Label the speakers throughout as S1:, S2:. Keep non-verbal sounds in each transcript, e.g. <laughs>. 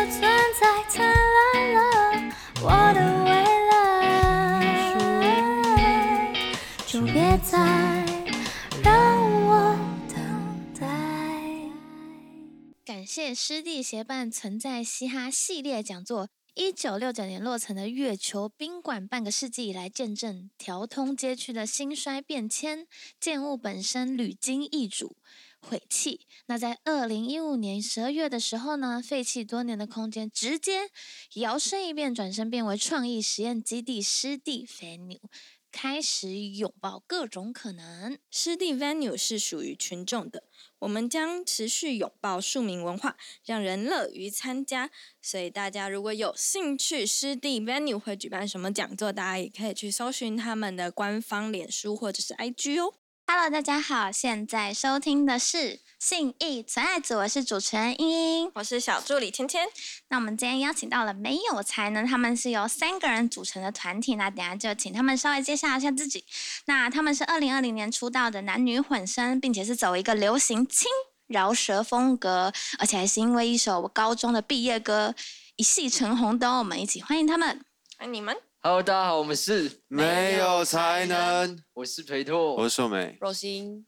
S1: 再灿烂了，我的未来，就别再让我等待。
S2: 感谢师弟协办存在嘻哈系列讲座。一九六九年落成的月球宾馆，半个世纪以来见证调通街区的兴衰变迁，建物本身屡经易主。毁弃。那在二零一五年十二月的时候呢，废弃多年的空间直接摇身一变，转身变为创意实验基地湿地 venue，开始拥抱各种可能。
S3: 湿地 venue 是属于群众的，我们将持续拥抱庶民文化，让人乐于参加。所以大家如果有兴趣，湿地 venue 会举办什么讲座，大家也可以去搜寻他们的官方脸书或者是 IG 哦。
S2: Hello，大家好，现在收听的是《信义存爱组》，我是主持人茵茵。
S3: 我是小助理芊芊，
S2: 那我们今天邀请到了没有才能，他们是由三个人组成的团体，那等一下就请他们稍微介绍一下自己。那他们是二零二零年出道的男女混声，并且是走一个流行轻饶舌风格，而且还是因为一首我高中的毕业歌一夕成红的哦。我们一起欢迎他啊们。
S3: 欢迎你们。
S4: Hello，大家好，我们是
S5: 没有才能。
S4: 我是裴拓，
S5: 我是秀美。
S6: 若心，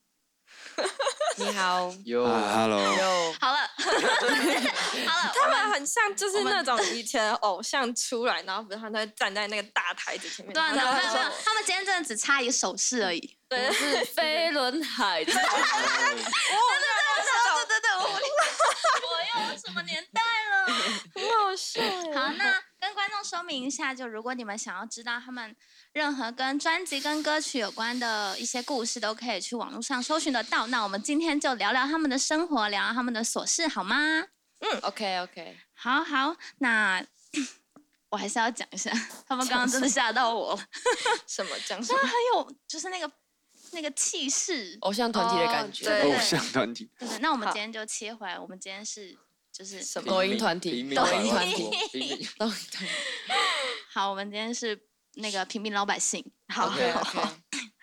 S6: 你好，
S4: 哦有
S5: 啊，Hello，
S6: 有
S2: 好了， <laughs> 好了，
S3: 他们很像就是
S6: 我们
S3: 那种以前偶像出来，然后不是他们都会站在那个大台子前面，
S2: 对啊，没有
S3: 然后
S2: 没
S3: 他
S2: 有，
S3: 们
S2: 没有
S3: 说
S2: 他们今天真的只差一个手势而已。
S3: 对
S6: 啊我是飞轮海，
S3: <laughs>
S2: 对对 <laughs> 对，我我又什么年代了？
S3: 很好
S6: <laughs>
S3: 笑耶。
S2: 好，那跟观众说明一下，就如果你们想要知道他们任何跟专辑、跟歌曲有关的一些故事，都可以去网络上搜寻得到。那我们今天就聊聊他们的生活，聊聊他们的琐事，好吗？
S6: OK OK，
S2: 好好，那 <coughs> 我还是要讲一下，他们刚刚真的吓到我 <laughs> 了，
S3: 什么讲什
S2: 真的
S3: 么？
S2: 很有，就是那个那个气势。
S6: 偶像团体的感
S3: 哦
S6: 觉，
S3: 对
S5: 偶像团体，
S2: 对对，那我们
S3: 好
S2: 今天就切回来，我们今天是就是
S6: 什么抖音团体，抖
S2: 民
S6: 音
S3: <laughs>
S6: 团体，
S4: 体。
S6: 抖音团体
S2: 好，我们今天是那个平民老百姓。好
S6: ，OK
S2: 好
S6: OK，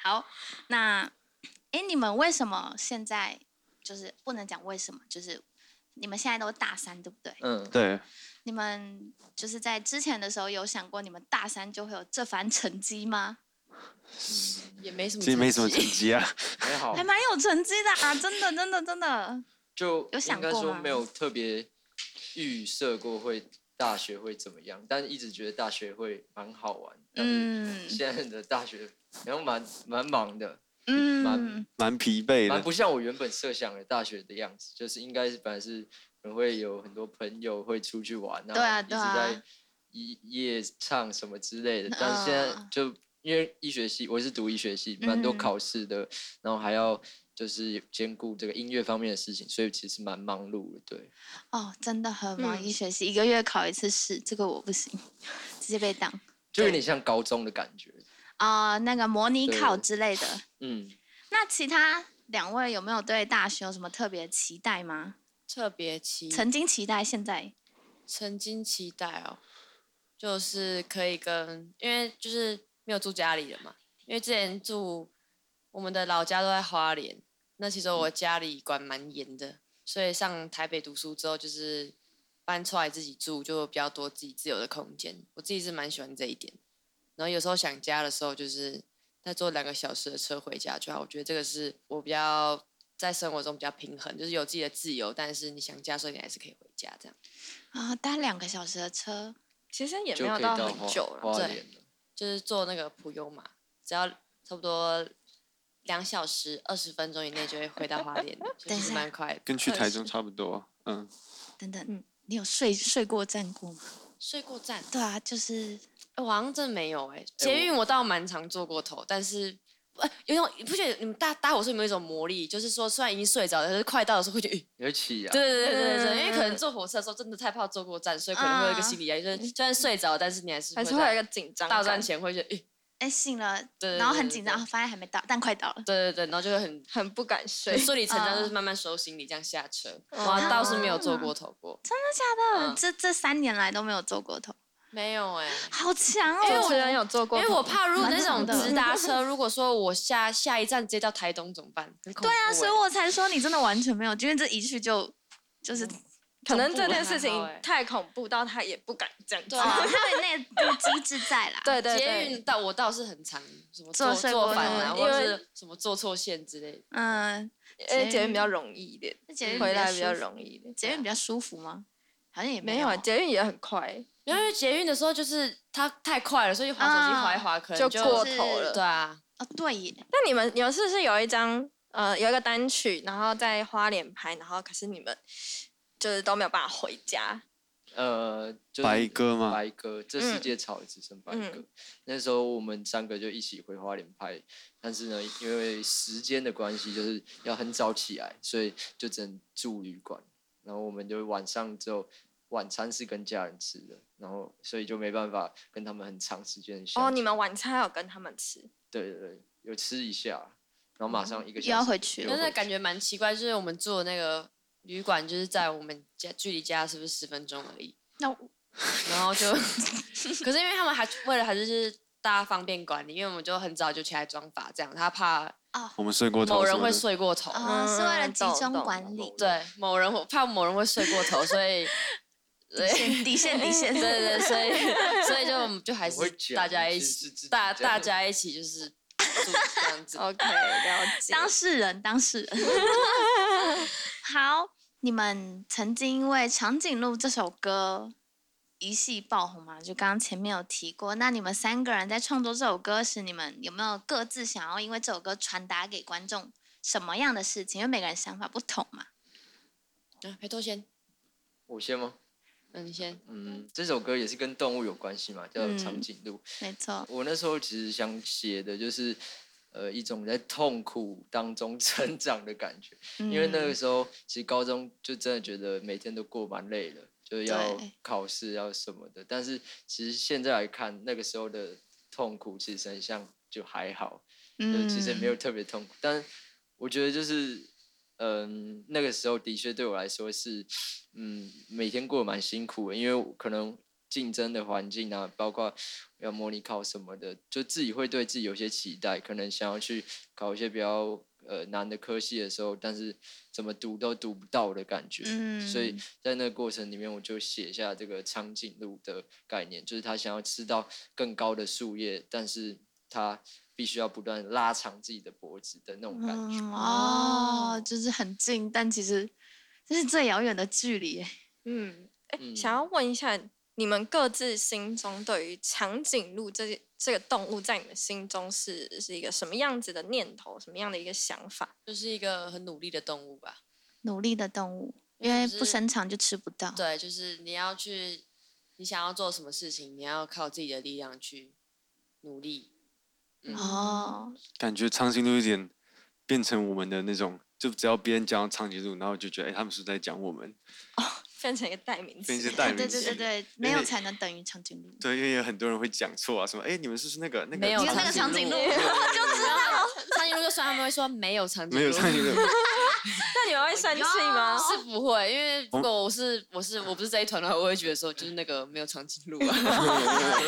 S2: 好，那哎，你们为什么现在就是不能讲为什么？就是你们现在都大三，对不对？
S4: 嗯，
S5: 对，
S2: 你们就是在之前的时候有想过你们大三就会有这番成绩吗？
S6: 也没什么，
S5: 其实没什么成，绩啊。
S4: 还好
S2: 还，蛮有成绩的啊！真的，真的，真
S4: 嗯
S2: 的。
S4: 就
S2: 有想
S4: 应该
S2: 过
S4: 说
S2: 吗
S4: 没有特别预设过会大学会怎么样，但一直觉得大学会蛮好玩。嗯，
S2: 嗯
S4: 现在的大学然后蛮蛮忙的，
S2: 嗯
S4: 蛮，
S5: 蛮疲惫
S4: 蛮
S5: 的
S4: 不，像我原本设想的大学的样子，就是应该是本来是可能会有很多朋友会出去玩
S2: 对啊
S4: 一直
S2: 对啊
S4: 在夜夜唱什么之类的
S2: 嗯。
S4: 但是现在就因为医学系，我是读医学系，蛮多
S2: 嗯
S4: 考试的，然后还要就是兼顾这个音乐方面的事情，所以其实蛮忙碌的。对，
S2: 哦，真的很忙，
S3: 嗯
S2: 医学系一个月考一次试，这个我不行，直接被挡
S4: 就有点像高中的感觉。
S2: 啊、那个模拟
S4: 对
S2: 考之类的。
S4: 嗯，
S2: 那其他两位有没有对大学有什么特别的期待吗？
S6: 特别期
S2: 曾经期待，现在
S6: 曾经期待哦，就是可以跟，因为就是没有住家里了嘛，因为之前住我们的老家都在花莲，那其实我家里管蛮严的，所以上台北读书之后就是搬出来自己住，就比较多自己自由的空间，我自己是蛮喜欢这一点。然后有时候想家的时候，就是再坐两个小时的车回家就好，我觉得这个是我比较。在生活中比较平衡，就是有自己的自由，但是你想家的时候，你还是可以回家这样。
S2: 啊、搭两个小时的车，
S3: 其实也
S4: 就
S3: 没
S4: 可
S3: 有
S4: 以到
S3: 很久
S4: 花
S3: 了，
S4: 花
S6: 对
S4: 莲了。
S6: 就是坐那个普悠玛，只要差不多两小时二十分钟以内就会回到花莲，
S2: <laughs> 等
S6: 就
S2: 一
S6: 是
S2: 下
S6: 蛮快的。
S5: 跟去台中
S6: 20
S5: 差不多。嗯，
S2: 等等，
S3: 嗯
S2: 你有睡睡过站过吗？
S6: 睡过站，
S2: 对啊，就是
S6: 哎我好像真的没有哎、捷运我倒蛮常坐过头，但是。呃有一种你不觉得你们搭搭火车有没有一种魔力？就是说，虽然已经睡着了，但是快到的时候会觉
S3: <laughs>
S6: 得，
S4: 你会起啊？
S6: 对对对对对，因为可能
S3: 嗯
S6: 坐火车的时候真的太怕坐过站，所以可能会
S2: 啊
S6: 有一个心理压力，就是虽然睡着，但是你还是
S3: 还是
S6: 在
S3: 会有一个紧张感。
S6: 到站前会觉得，诶
S2: 哎醒了，
S6: 对对
S2: 然后
S6: 对
S2: 很
S6: 对
S2: 紧
S6: 对
S2: 张，发现还没到，但快到了。
S6: 对对对，然后就会很
S3: 很不敢睡
S6: 很，顺理成章，
S2: 嗯
S6: 就是慢慢收行李这样下车。
S3: 嗯
S6: 我倒是没有坐过头过，
S2: 真的假的？
S6: 嗯
S2: 这这三年来都没有坐过头，
S6: 没有哎、
S2: 好强
S6: 因为
S2: 哦！
S6: 我
S3: 主持人有做
S6: 因
S3: 过头，
S6: 为我怕如果那
S2: 蛮猛
S6: 种
S2: 的
S6: 直
S3: <laughs>
S6: 达车，如果说我下下一站直接到
S3: 啊
S6: 台东怎么办？很恐怖
S2: 对
S6: 欸
S2: 啊，所以我才说你真的完全没有，因为这一去就就是
S3: 可能这
S6: 恐怖
S3: 件
S6: 还
S3: 事情
S6: 好欸
S3: 太恐怖到他也不敢这样
S6: 对
S3: 做。
S6: 啊
S2: 哦，他的那个机制在啦。
S3: <laughs> 对对
S6: 捷
S3: 对，
S6: 运到我倒是很常什么
S2: 坐
S6: 坐
S2: 睡
S6: 坐
S2: 过
S6: 反啊，
S3: 头
S6: 或
S3: 因为
S6: 者是什么坐错线之类的。
S3: 嗯，因
S2: 捷
S3: 为捷运
S2: 运
S3: 比较容易一点，
S2: 那捷运
S3: 回来
S2: 舒
S3: 比较
S2: 服
S3: 容易一点。
S2: 捷运比较舒服吗？好像也
S3: 没
S2: 有
S3: 有
S2: 啊
S3: 啊，捷运也很快，
S6: 因为捷运的时候就是它太快了，所以滑手机
S2: 啊
S6: 滑一滑可
S3: 嗯
S6: 能
S3: 就
S6: 就
S3: 过
S2: 是
S3: 头了。
S6: 对啊，
S2: 哦，对耶，
S3: 那你们你们是不是有一张呃有一个单曲，然后在花莲拍，然后可是你们就是都没有办法回家？
S4: 呃，就是
S5: 白鸽吗
S4: 白鸽，这世界草也只剩白鸽。
S3: 嗯
S4: 那时候我们三个就一起回花莲拍，但是呢，因为时间的关系，就是要很早起来，所以就只能住旅馆。然后我们就晚上之后晚餐是跟家人吃的，然后所以就没办法跟他们很长时间的相
S3: 哦，
S4: 处
S3: 你们晚餐还有跟他们吃？
S4: 对对对，有吃一下，然后马上一个
S2: 又要
S4: 小时
S2: 回去
S4: 就
S6: 但
S2: 了
S6: 是感觉蛮奇怪，就是我们住的那个旅馆就是在我们家距离家是不是十分钟而已？
S2: 那我
S6: 然后就，可是因为他们还为了还是就是大家方便管理，因为我们就很早就起来装法，这样他怕
S5: 我们睡过头什么
S6: 某
S5: 的。
S6: 人会睡过头，
S2: 哦，是为了集
S3: 嗯懂
S2: 中
S3: 懂
S2: 管理，
S6: 对，某人我怕某人会睡过头，所以，对
S2: 底线底线
S3: <laughs>
S6: 对对，所以所以就我们就还
S4: 我会
S6: 是
S4: 讲
S6: 大家一
S4: 是是
S6: 起
S4: 是，
S6: 大
S4: 这样
S6: 大家一起就是住这样子。
S3: <laughs> OK，了解。
S2: 当事人当事人。 <laughs> 好，你们曾经因为《长颈鹿》这首歌一系爆红嘛？就刚刚前面有提过，那你们三个人在创作这首歌时，你们有没有各自想要因为这首歌传达给观众什么样的事情？因为每个人想法不同嘛。
S6: 啊裴托先，
S4: 我先吗？
S6: 嗯，你先。
S4: 嗯，这首歌也是跟动物有关系嘛，叫
S2: 嗯
S4: 《长颈鹿》。
S2: 没错，
S4: 我那时候其实想写的就是，呃，一种在痛苦当中 <laughs> 成长的感觉，因为那个
S2: 嗯
S4: 时候其实高中就真的觉得每天都过蛮累了，就是要
S2: 对
S4: 考试要什么的。但是其实现在来看，那个时候的痛苦其实很像就还好，
S2: 嗯
S4: 就呃其实也没有特别痛苦，但我觉得就是，嗯，那个时候的确对我来说是，嗯，每天过得蛮辛苦的，因为我可能竞争的环境啊，包括要模拟考什么的，就自己会对自己有些期待，可能想要去考一些比较呃难的科系的时候，但是怎么读都读不到的感觉，
S2: 嗯
S4: 所以在那个过程里面，我就写下这个长颈鹿的概念，就是他想要吃到更高的树叶，但是他必须要不断拉长自己的脖子的那种感觉。
S2: 嗯哦，就是很近，但其实这是最遥远的距离耶。
S3: 嗯，哎、
S4: 嗯
S3: 想要问一下，你们各自心中对于长颈鹿这这个动物，在你们心中是是一个什么样子的念头，什么样的一个想法？
S6: 就是一个很努力的动物吧。
S2: 努力的动物，
S6: 因
S2: 因
S6: 为
S2: 为
S6: 就是
S2: 不生长就吃不到。
S6: 对，就是你要去，你想要做什么事情，你要靠自己的力量去努力。
S2: 哦，
S5: 感觉长颈鹿有点变成我们的那种，就只要别人讲到长颈鹿，然后就觉得哎、他们是不是在讲我们，
S3: 变成一个代名词
S5: 变，成代
S2: 对
S5: 名
S2: 对
S5: 词。
S2: 对对对，没有才能等于长颈鹿。
S5: 对因为有很多人会讲错啊，什么哎、你们是不是那个那个
S6: 没有
S2: 你看那个长颈鹿，我就知道。
S6: 长颈鹿就算他们会说没有长颈
S5: 没有
S6: 鹿，
S5: 长颈鹿？
S3: 那你们会生气
S2: 哦
S3: 吗？
S6: 是不会，因为如
S5: 哦
S6: 果我是我是我不是这一团的话，我会觉得说就是那个没有长颈鹿
S5: <laughs>
S6: 啊。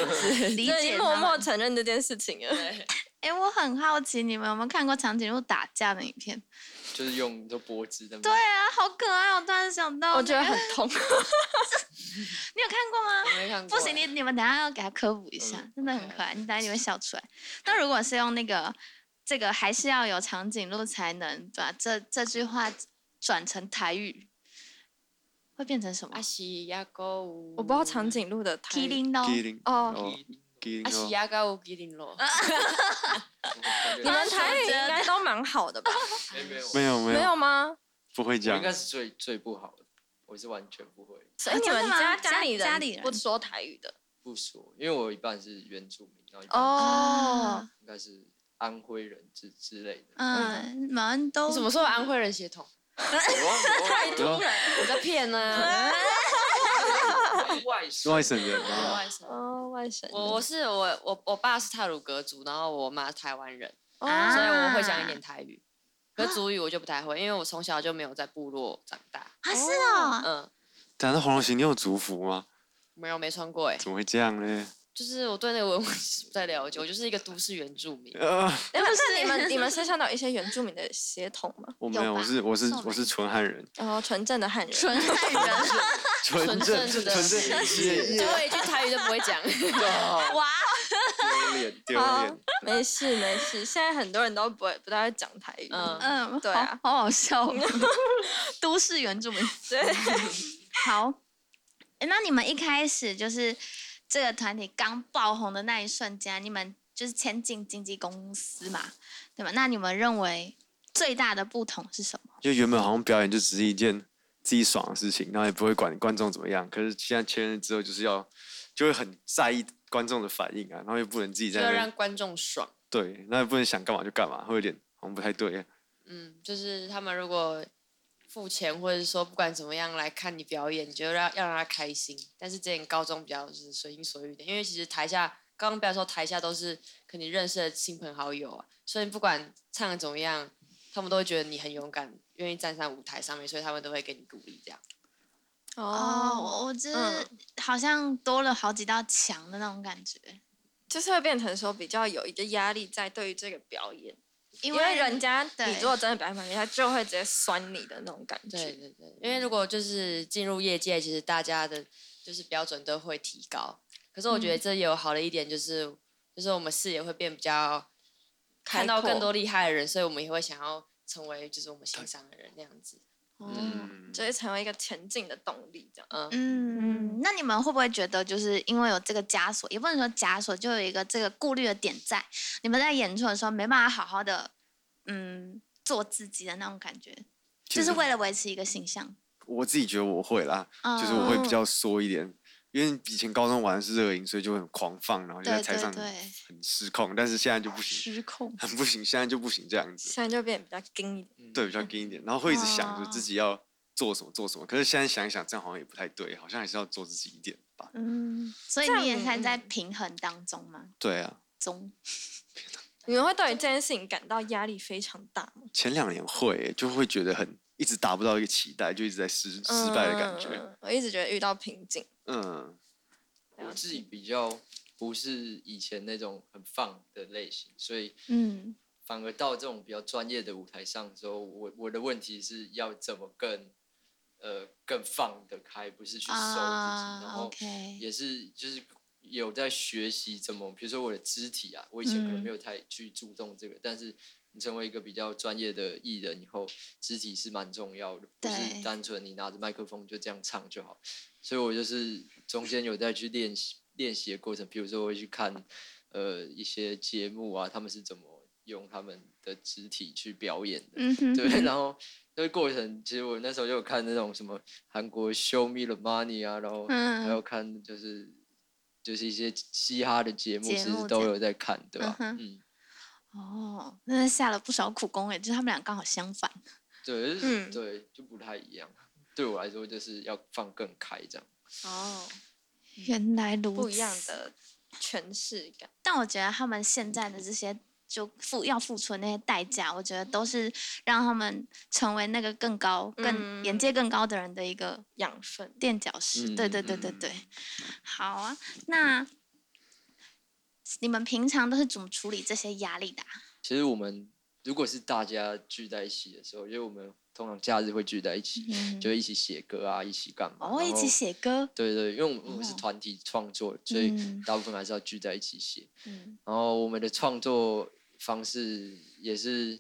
S2: 理
S3: 就已经
S2: 解
S3: 默
S2: 他
S3: 默
S2: 们。
S3: 承认这件事情了。
S6: 对，
S2: 哎，我很好奇，你们有没有看过长颈鹿打架的影片？
S4: 就是用你的脖子的。
S2: 对啊，好可爱！我突然想到那个，
S3: 我觉得很
S2: <laughs>
S3: 痛，
S2: 你有看过吗？
S6: <laughs> 我没看过
S2: 不
S6: 欸。
S2: 行，你你们等一下要给他科普一下，真的很可爱，你等一下你会笑出来。那如果是用那个，这个还是要有长颈鹿才能把这这句话转成台语，会变成什么
S6: 阿？西亚沟舞，
S3: 我不知道长颈鹿的台语
S2: 麒麟咯，
S5: 麒麟
S3: 哦。
S5: 哦，麒麟
S6: 阿西
S5: 哦，
S6: 亚沟舞麒麟咯。
S4: 感觉
S3: 你们台语应该都蛮好的吧？
S4: 没有没有，
S5: 没有没
S3: 没
S5: 有
S3: 有吗？
S5: 不会
S4: 我
S5: 讲
S4: 应，该是最最不好的，我是完全不会
S3: 所哎以
S2: 啊
S3: 你
S2: 真的
S3: 们
S2: 吗
S3: 家
S2: 家
S3: 家里人
S2: 家里人
S3: 不说台语的
S4: 不说，因为我一半是原住民，然后一半
S3: 哦
S2: 啊。
S4: 应该是安徽人之之类的。
S2: 嗯，马恩都
S6: 你什么时候有安徽人血统？
S4: 我忘
S3: 太
S4: 了
S5: 哦
S3: 突然
S6: 你在骗
S3: 哦
S2: <laughs>
S6: 啊呢？
S2: 哦
S4: 我忘了外省
S5: 外省人啊，
S6: 外省
S3: 哦，外省人
S6: 我我是我我我爸是泰鲁格族，然后我妈是台湾人，
S3: 哦
S6: 所以我会讲一点台
S2: 啊
S6: 语。可是族语我就不太会，因为我从小就没有在部落长大。
S2: 啊是哦，
S6: 嗯，
S5: 但是黄龙行，你有族服吗？
S6: 没有没穿过哎，
S5: 怎么会这样呢？
S6: 就是我对那个文物其实不太了解，我就是一个都市原住民。
S5: 呃，
S3: 那那你们你们身上都有一些原住民的血统吗？
S5: <laughs> 我没有，我
S2: 吧
S5: 是我是
S2: 送
S5: 我是
S2: 来
S5: 纯汉人，
S3: 然后纯正的汉人，
S2: 纯汉人
S5: 纯
S6: 纯
S5: 正
S6: 正
S5: 纯
S6: 的
S5: 正
S3: <laughs>
S5: 耶
S6: 最后一 <laughs> 句台语都不会讲，啊
S4: 哇，
S2: 哇，
S4: 丢脸！
S5: 丢脸，
S3: 没事没事，现在很多人都不会不太会讲台语。
S6: 嗯
S2: <laughs> 嗯，
S3: 对啊
S2: 好好好笑 <laughs> 哦，都市原住民。
S3: 对，
S2: <laughs> 好，诶那你们一开始就是这个团体刚爆红的那一瞬间，你们就是签进经纪公司嘛，对吧？那你们认为最大的不同是什么？
S5: 就原本好像表演就只是一件自己爽的事情，然后也不会管观众怎么样。可是现在签了之后，就是要就会很在意观众的反应啊，然后又不能自己
S6: 就
S5: 在那
S6: 要
S5: 边
S6: 让观众爽。
S5: 对，那也不能想干嘛就干嘛，会有点好像不太对。啊
S6: 嗯，就是他们如果付钱或者说不管怎么样来看你表演，你就让要让他开心。但是之前高中比较就是随心所欲一点，因为其实台下刚刚不要说台下都是跟你认识的亲朋好友啊，所以不管唱的怎么样，他们都会觉得你很勇敢，愿意站上舞台上面，所以他们都会给你鼓励这样。
S2: 哦，我我只是
S3: 嗯
S2: 好像多了好几道墙的那种感觉，
S3: 就是会变成说比较有一个压力在对于这个表演，
S2: 因
S3: 因为人家
S2: 对
S3: 你如果真的表演完，人家就会直接酸你的那种感
S6: 对
S3: 觉。
S6: 对对，因为如果就是进入业界，其实大家的就是标准都会提高。可是我觉得这也有好的一点，就是、就是我们视野会变比较
S3: 开
S6: 看到更
S3: 阔
S6: 多厉害的人，所以我们也会想要成为就是我们欣赏的人那样子。
S3: 嗯，就会成为一个前进的动力，这样。
S6: 嗯，
S2: 嗯，那你们会不会觉得，就是因为有这个枷锁，也不能说枷锁，就有一个这个顾虑的点在，你们在演出的时候没办法好好的，嗯，做自己的那种感觉，
S5: 其
S2: 就是
S5: 实
S2: 为了维持一个形象。
S5: 我自己觉得我会啦，
S2: 嗯、
S5: 就是我会比较缩一点，因为以前高中玩的是热音，所以就会很狂放，然后就在
S2: 对
S5: 台
S2: 对
S5: 上
S2: 对，
S5: 很失控，但是现在就不行，
S3: 失控，
S5: <laughs> 很不行，现在就不行这样子，
S3: 现在就变得比较硬一点。
S4: 嗯
S5: 对，比较硬一点，然后会一直想着
S2: 哦
S5: 自己要做什么做什么，可是现在想一想，这样好像也不太对，好像还是要做自己一点吧。
S2: 嗯，所以
S3: 这样
S2: 你也看
S3: 嗯
S2: 在平衡当中嘛，
S5: 对啊，
S2: 中，
S3: 你们会对于这件事情感到压力非常大吗？
S5: 前两年会欸、就会觉得很一直达不到一个期待，就一直在失失败的感觉。
S3: 嗯我一直觉得遇到瓶颈。
S5: 嗯，
S4: 我自己比较不是以前那种很放的类型，所以
S2: 嗯，
S4: 反而到这种比较专业的舞台上之后，我我的问题是要怎么更呃更放得开，不是去收自己，然
S2: 啊
S4: 后
S2: ，OK，
S4: 也是就是有在学习怎么，比如说我的肢体啊，我以前可
S2: 嗯
S4: 能没有太去注重这个，但是你成为一个比较专业的艺人以后，肢体是蛮重要的，不
S2: 对
S4: 是单纯你拿着麦克风就这样唱就好。所以我就是中间有在去练习练习的过程，比如说我会去看呃一些节目啊，他们是怎么用他们的肢体去表演的，
S2: 嗯哼，
S4: 对，然后这个过程，其实我那时候就有看那种什么韩国 Show Me the Money 啊，然
S2: 嗯
S4: 后还有看就是就是一些嘻哈的节目，
S2: 节
S4: 其
S2: 目
S4: 实
S2: 这
S4: 都
S2: 样
S4: 有在看，对吧？
S2: 嗯
S4: 嗯，
S2: 哦，那是下了不少苦功欸诶，就是他们俩刚好相反。
S4: 对，就是
S3: 嗯
S4: 对，就不太一样。对我来说，就是要放更开这样。
S3: 哦，
S2: 原来如此，
S3: 不一样的诠释感。
S2: 但我觉得他们现在的这些就付要付出的那些代价，我觉得都是让他们成为那个更高、更眼
S3: 嗯
S2: 界更高的人的一个
S3: 养分。
S2: 垫脚石。对对对对
S4: 嗯
S2: 对， <laughs> 好啊。那你们平常都是怎么处理这些压力的啊、
S4: 其实我们如果是大家聚在一起的时候，因为我们通常假日会聚在一起，
S3: 嗯
S4: 就会一起写歌啊，一起干嘛？
S2: 嗯哦，一
S4: 然
S2: 起
S4: 后
S2: 写歌，
S4: 对对，因为我们我们
S2: 哦
S4: 是团体创作，所以
S2: 嗯
S4: 大部分还是要聚在一起写。
S2: 嗯，
S4: 然后我们的创作方式也是，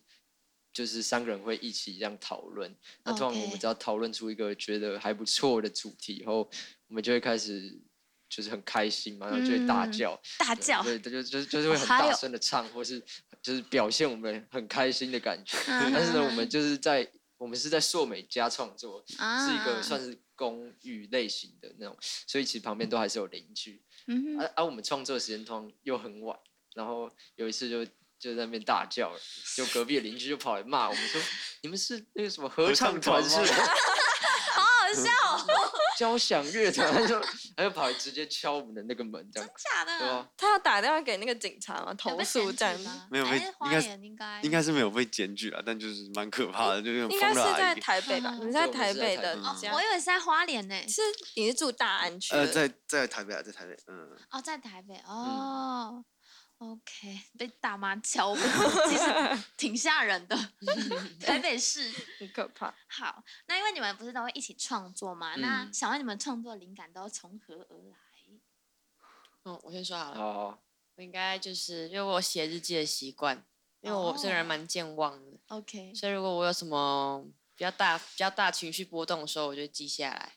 S4: 就是三个人会一起这样讨论。那通常我
S2: OK
S4: 们只要讨论出一个觉得还不错的主题以后，我们就会开始就是很开心嘛，然后就会大
S2: 嗯
S4: 叫，
S2: 大叫，哦
S4: 对，就就就是会很
S2: 还
S4: 大
S2: 有
S4: 声的唱，或是就是表现我们很开心的感觉。
S2: 啊
S4: 但是呢，我们就是在我们是在硕美家创作，
S2: 啊
S4: 是一个算是公寓类型的那种，所以其实旁边都还是有邻居。
S2: 嗯哼
S4: 啊啊！我们创作时间通常又很晚，然后有一次就就在那边大叫了，就隔壁的邻居就跑来骂我们说：“你们是那个什么合 <laughs>
S5: 合唱
S4: 唱团
S5: 团
S4: 是
S5: 吗
S4: 吧？”
S2: 好好笑哦，
S4: 交响乐团，他就他就跑来直接敲我们的那个门，这样
S3: 假
S4: 对啊吧？
S3: 他要打电话给那个警察吗？
S2: 有
S3: 投
S2: 被
S3: 诉
S2: 检
S3: 这样
S2: 举？吗？
S5: 没有被
S2: 哎
S5: 应
S2: 花
S5: 该是
S2: 莲应该
S5: 应该是没有被检举啊，但就是蛮可怕的，就是
S3: 应
S5: 疯
S3: 该是
S5: 了啊
S3: 在
S5: 阿姨。
S3: 台北吧？
S2: 嗯
S3: 你在
S4: 对我
S3: 台
S4: 们是在
S3: 北
S4: 台
S3: 的
S5: 北
S2: 哦，
S3: 家
S2: 我，以为是在花莲呢。
S3: 是你是住大安区的？
S5: 呃，在在台北啊，在台北，嗯，
S2: 哦，在台北哦。OK，被大妈敲过，其实挺吓人的。台北市
S3: 很可怕。
S2: 好，那因为你们不是都会一起创作嘛？那
S4: 嗯
S2: 想问你们创作灵感都从何而来？
S6: 嗯，我先说好了，
S4: 哦，
S6: 我应该就是因为我有写日记的习惯，因为我这个人蛮健忘的， <laughs>
S2: OK，
S6: 所以如果我有什么比较大、比较大情绪波动的时候，我就会记下来。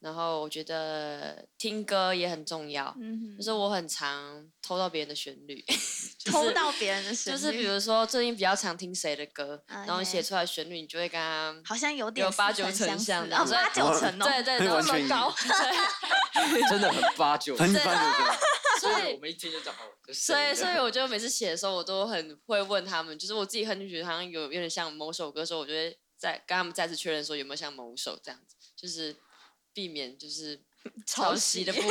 S6: 然后我觉得听歌也很重要，
S2: 嗯
S6: 就是我很常偷到别人的旋律， <laughs>
S2: 偷到别人的旋
S6: 就
S2: 律，
S6: 是比如说最近比较常听谁的歌，
S2: 啊
S6: 然后你
S2: 对
S6: 写出来的旋律，你就会跟他
S2: 好像有点
S6: 有八
S2: 似
S6: 九
S2: 曾相
S6: 成像
S2: 似
S6: 的
S2: 哦，
S6: 所以
S2: 八九成哦，
S6: 对对对，
S5: 完全一样，
S4: 真的很八九，
S5: 很
S6: 对
S5: 翻的这样
S6: 所
S4: 对
S6: 以
S4: 我们一听就知道哦，这是
S6: 所以，
S4: 谁
S6: 所以 <laughs>
S4: 的
S6: 我就每次写的时候，我都很会问他们，就是我自己哼就觉得好像有有点像某首歌的时候，我就会再跟他们再次确认说有没有像某首这样子，就是避免就是 <laughs> 抄袭 <laughs> 的部分。